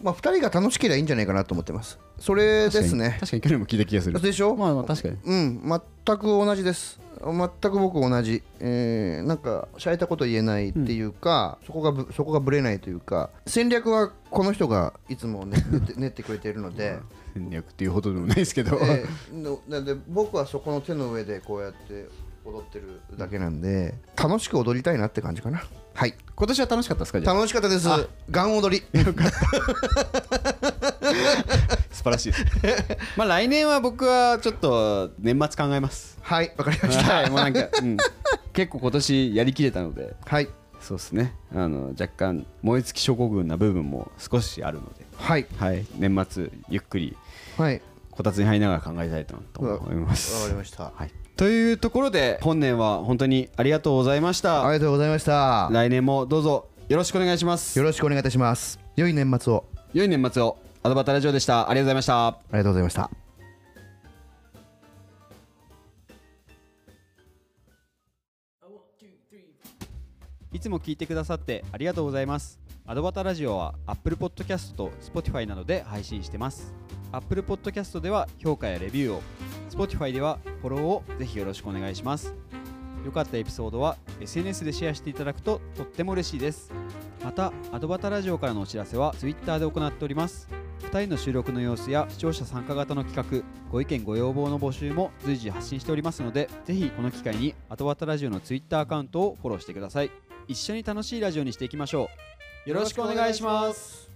[SPEAKER 2] まあ2人が楽しければいいんじゃないかなと思ってますそれですね
[SPEAKER 3] 確かに去年も聞いた気がする
[SPEAKER 2] でしょ
[SPEAKER 3] まあまあ確かに
[SPEAKER 2] うん全く同じです全く僕同じ、えーなんかしゃれたこと言えないっていうか、そこがぶそこがぶれないというか戦略はこの人がいつもね練って練ってくれているので、
[SPEAKER 3] 戦略っていうほどでもないですけど、
[SPEAKER 2] えーのなんで僕はそこの手の上でこうやって踊ってるだけなんで楽しく踊りたいなって感じかなはい
[SPEAKER 3] 今年は楽しかったですかじゃあ
[SPEAKER 2] 楽しかったです
[SPEAKER 3] あ
[SPEAKER 2] ガン踊り
[SPEAKER 3] 素晴らし いですまあ来年は僕はちょっと年末考えます
[SPEAKER 2] はいわかりました
[SPEAKER 3] はいもうなん か、うん、結構今年やりきれたので
[SPEAKER 2] はい
[SPEAKER 3] そうですねあの若干燃え尽き症候群な部分も少しあるので
[SPEAKER 2] はい
[SPEAKER 3] はい年末ゆっくり
[SPEAKER 2] はいわ
[SPEAKER 3] こたつに入りながら考えたいなと思います
[SPEAKER 2] かりました
[SPEAKER 3] はい、 というところで本年は本当にありがとうございまし
[SPEAKER 2] ありが
[SPEAKER 3] た
[SPEAKER 2] とうございました
[SPEAKER 3] 来年もどうぞよろしくお願いします
[SPEAKER 2] よろしくお願いいたします良い年末を
[SPEAKER 3] 良い年末をアドバタラジオでしたありがとうございました
[SPEAKER 2] ありがとうございました
[SPEAKER 3] いつも聞いてくださってありがとうございます。アドバタラジオは Apple Podcast と Spotify などで配信してます。Apple Podcast では評価やレビューを、Spotify ではフォローをぜひよろしくお願いします。良かったエピソードは SNS でシェアしていただくととっても嬉しいです。また、アドバタラジオからのお知らせは Twitter で行っております。2人の収録の様子や視聴者参加型の企画ご意見ご要望の募集も随時発信しておりますのでぜひこの機会に後バタラジオの Twitter アカウントをフォローしてください一緒に楽しいラジオにしていきましょうよろしくお願いします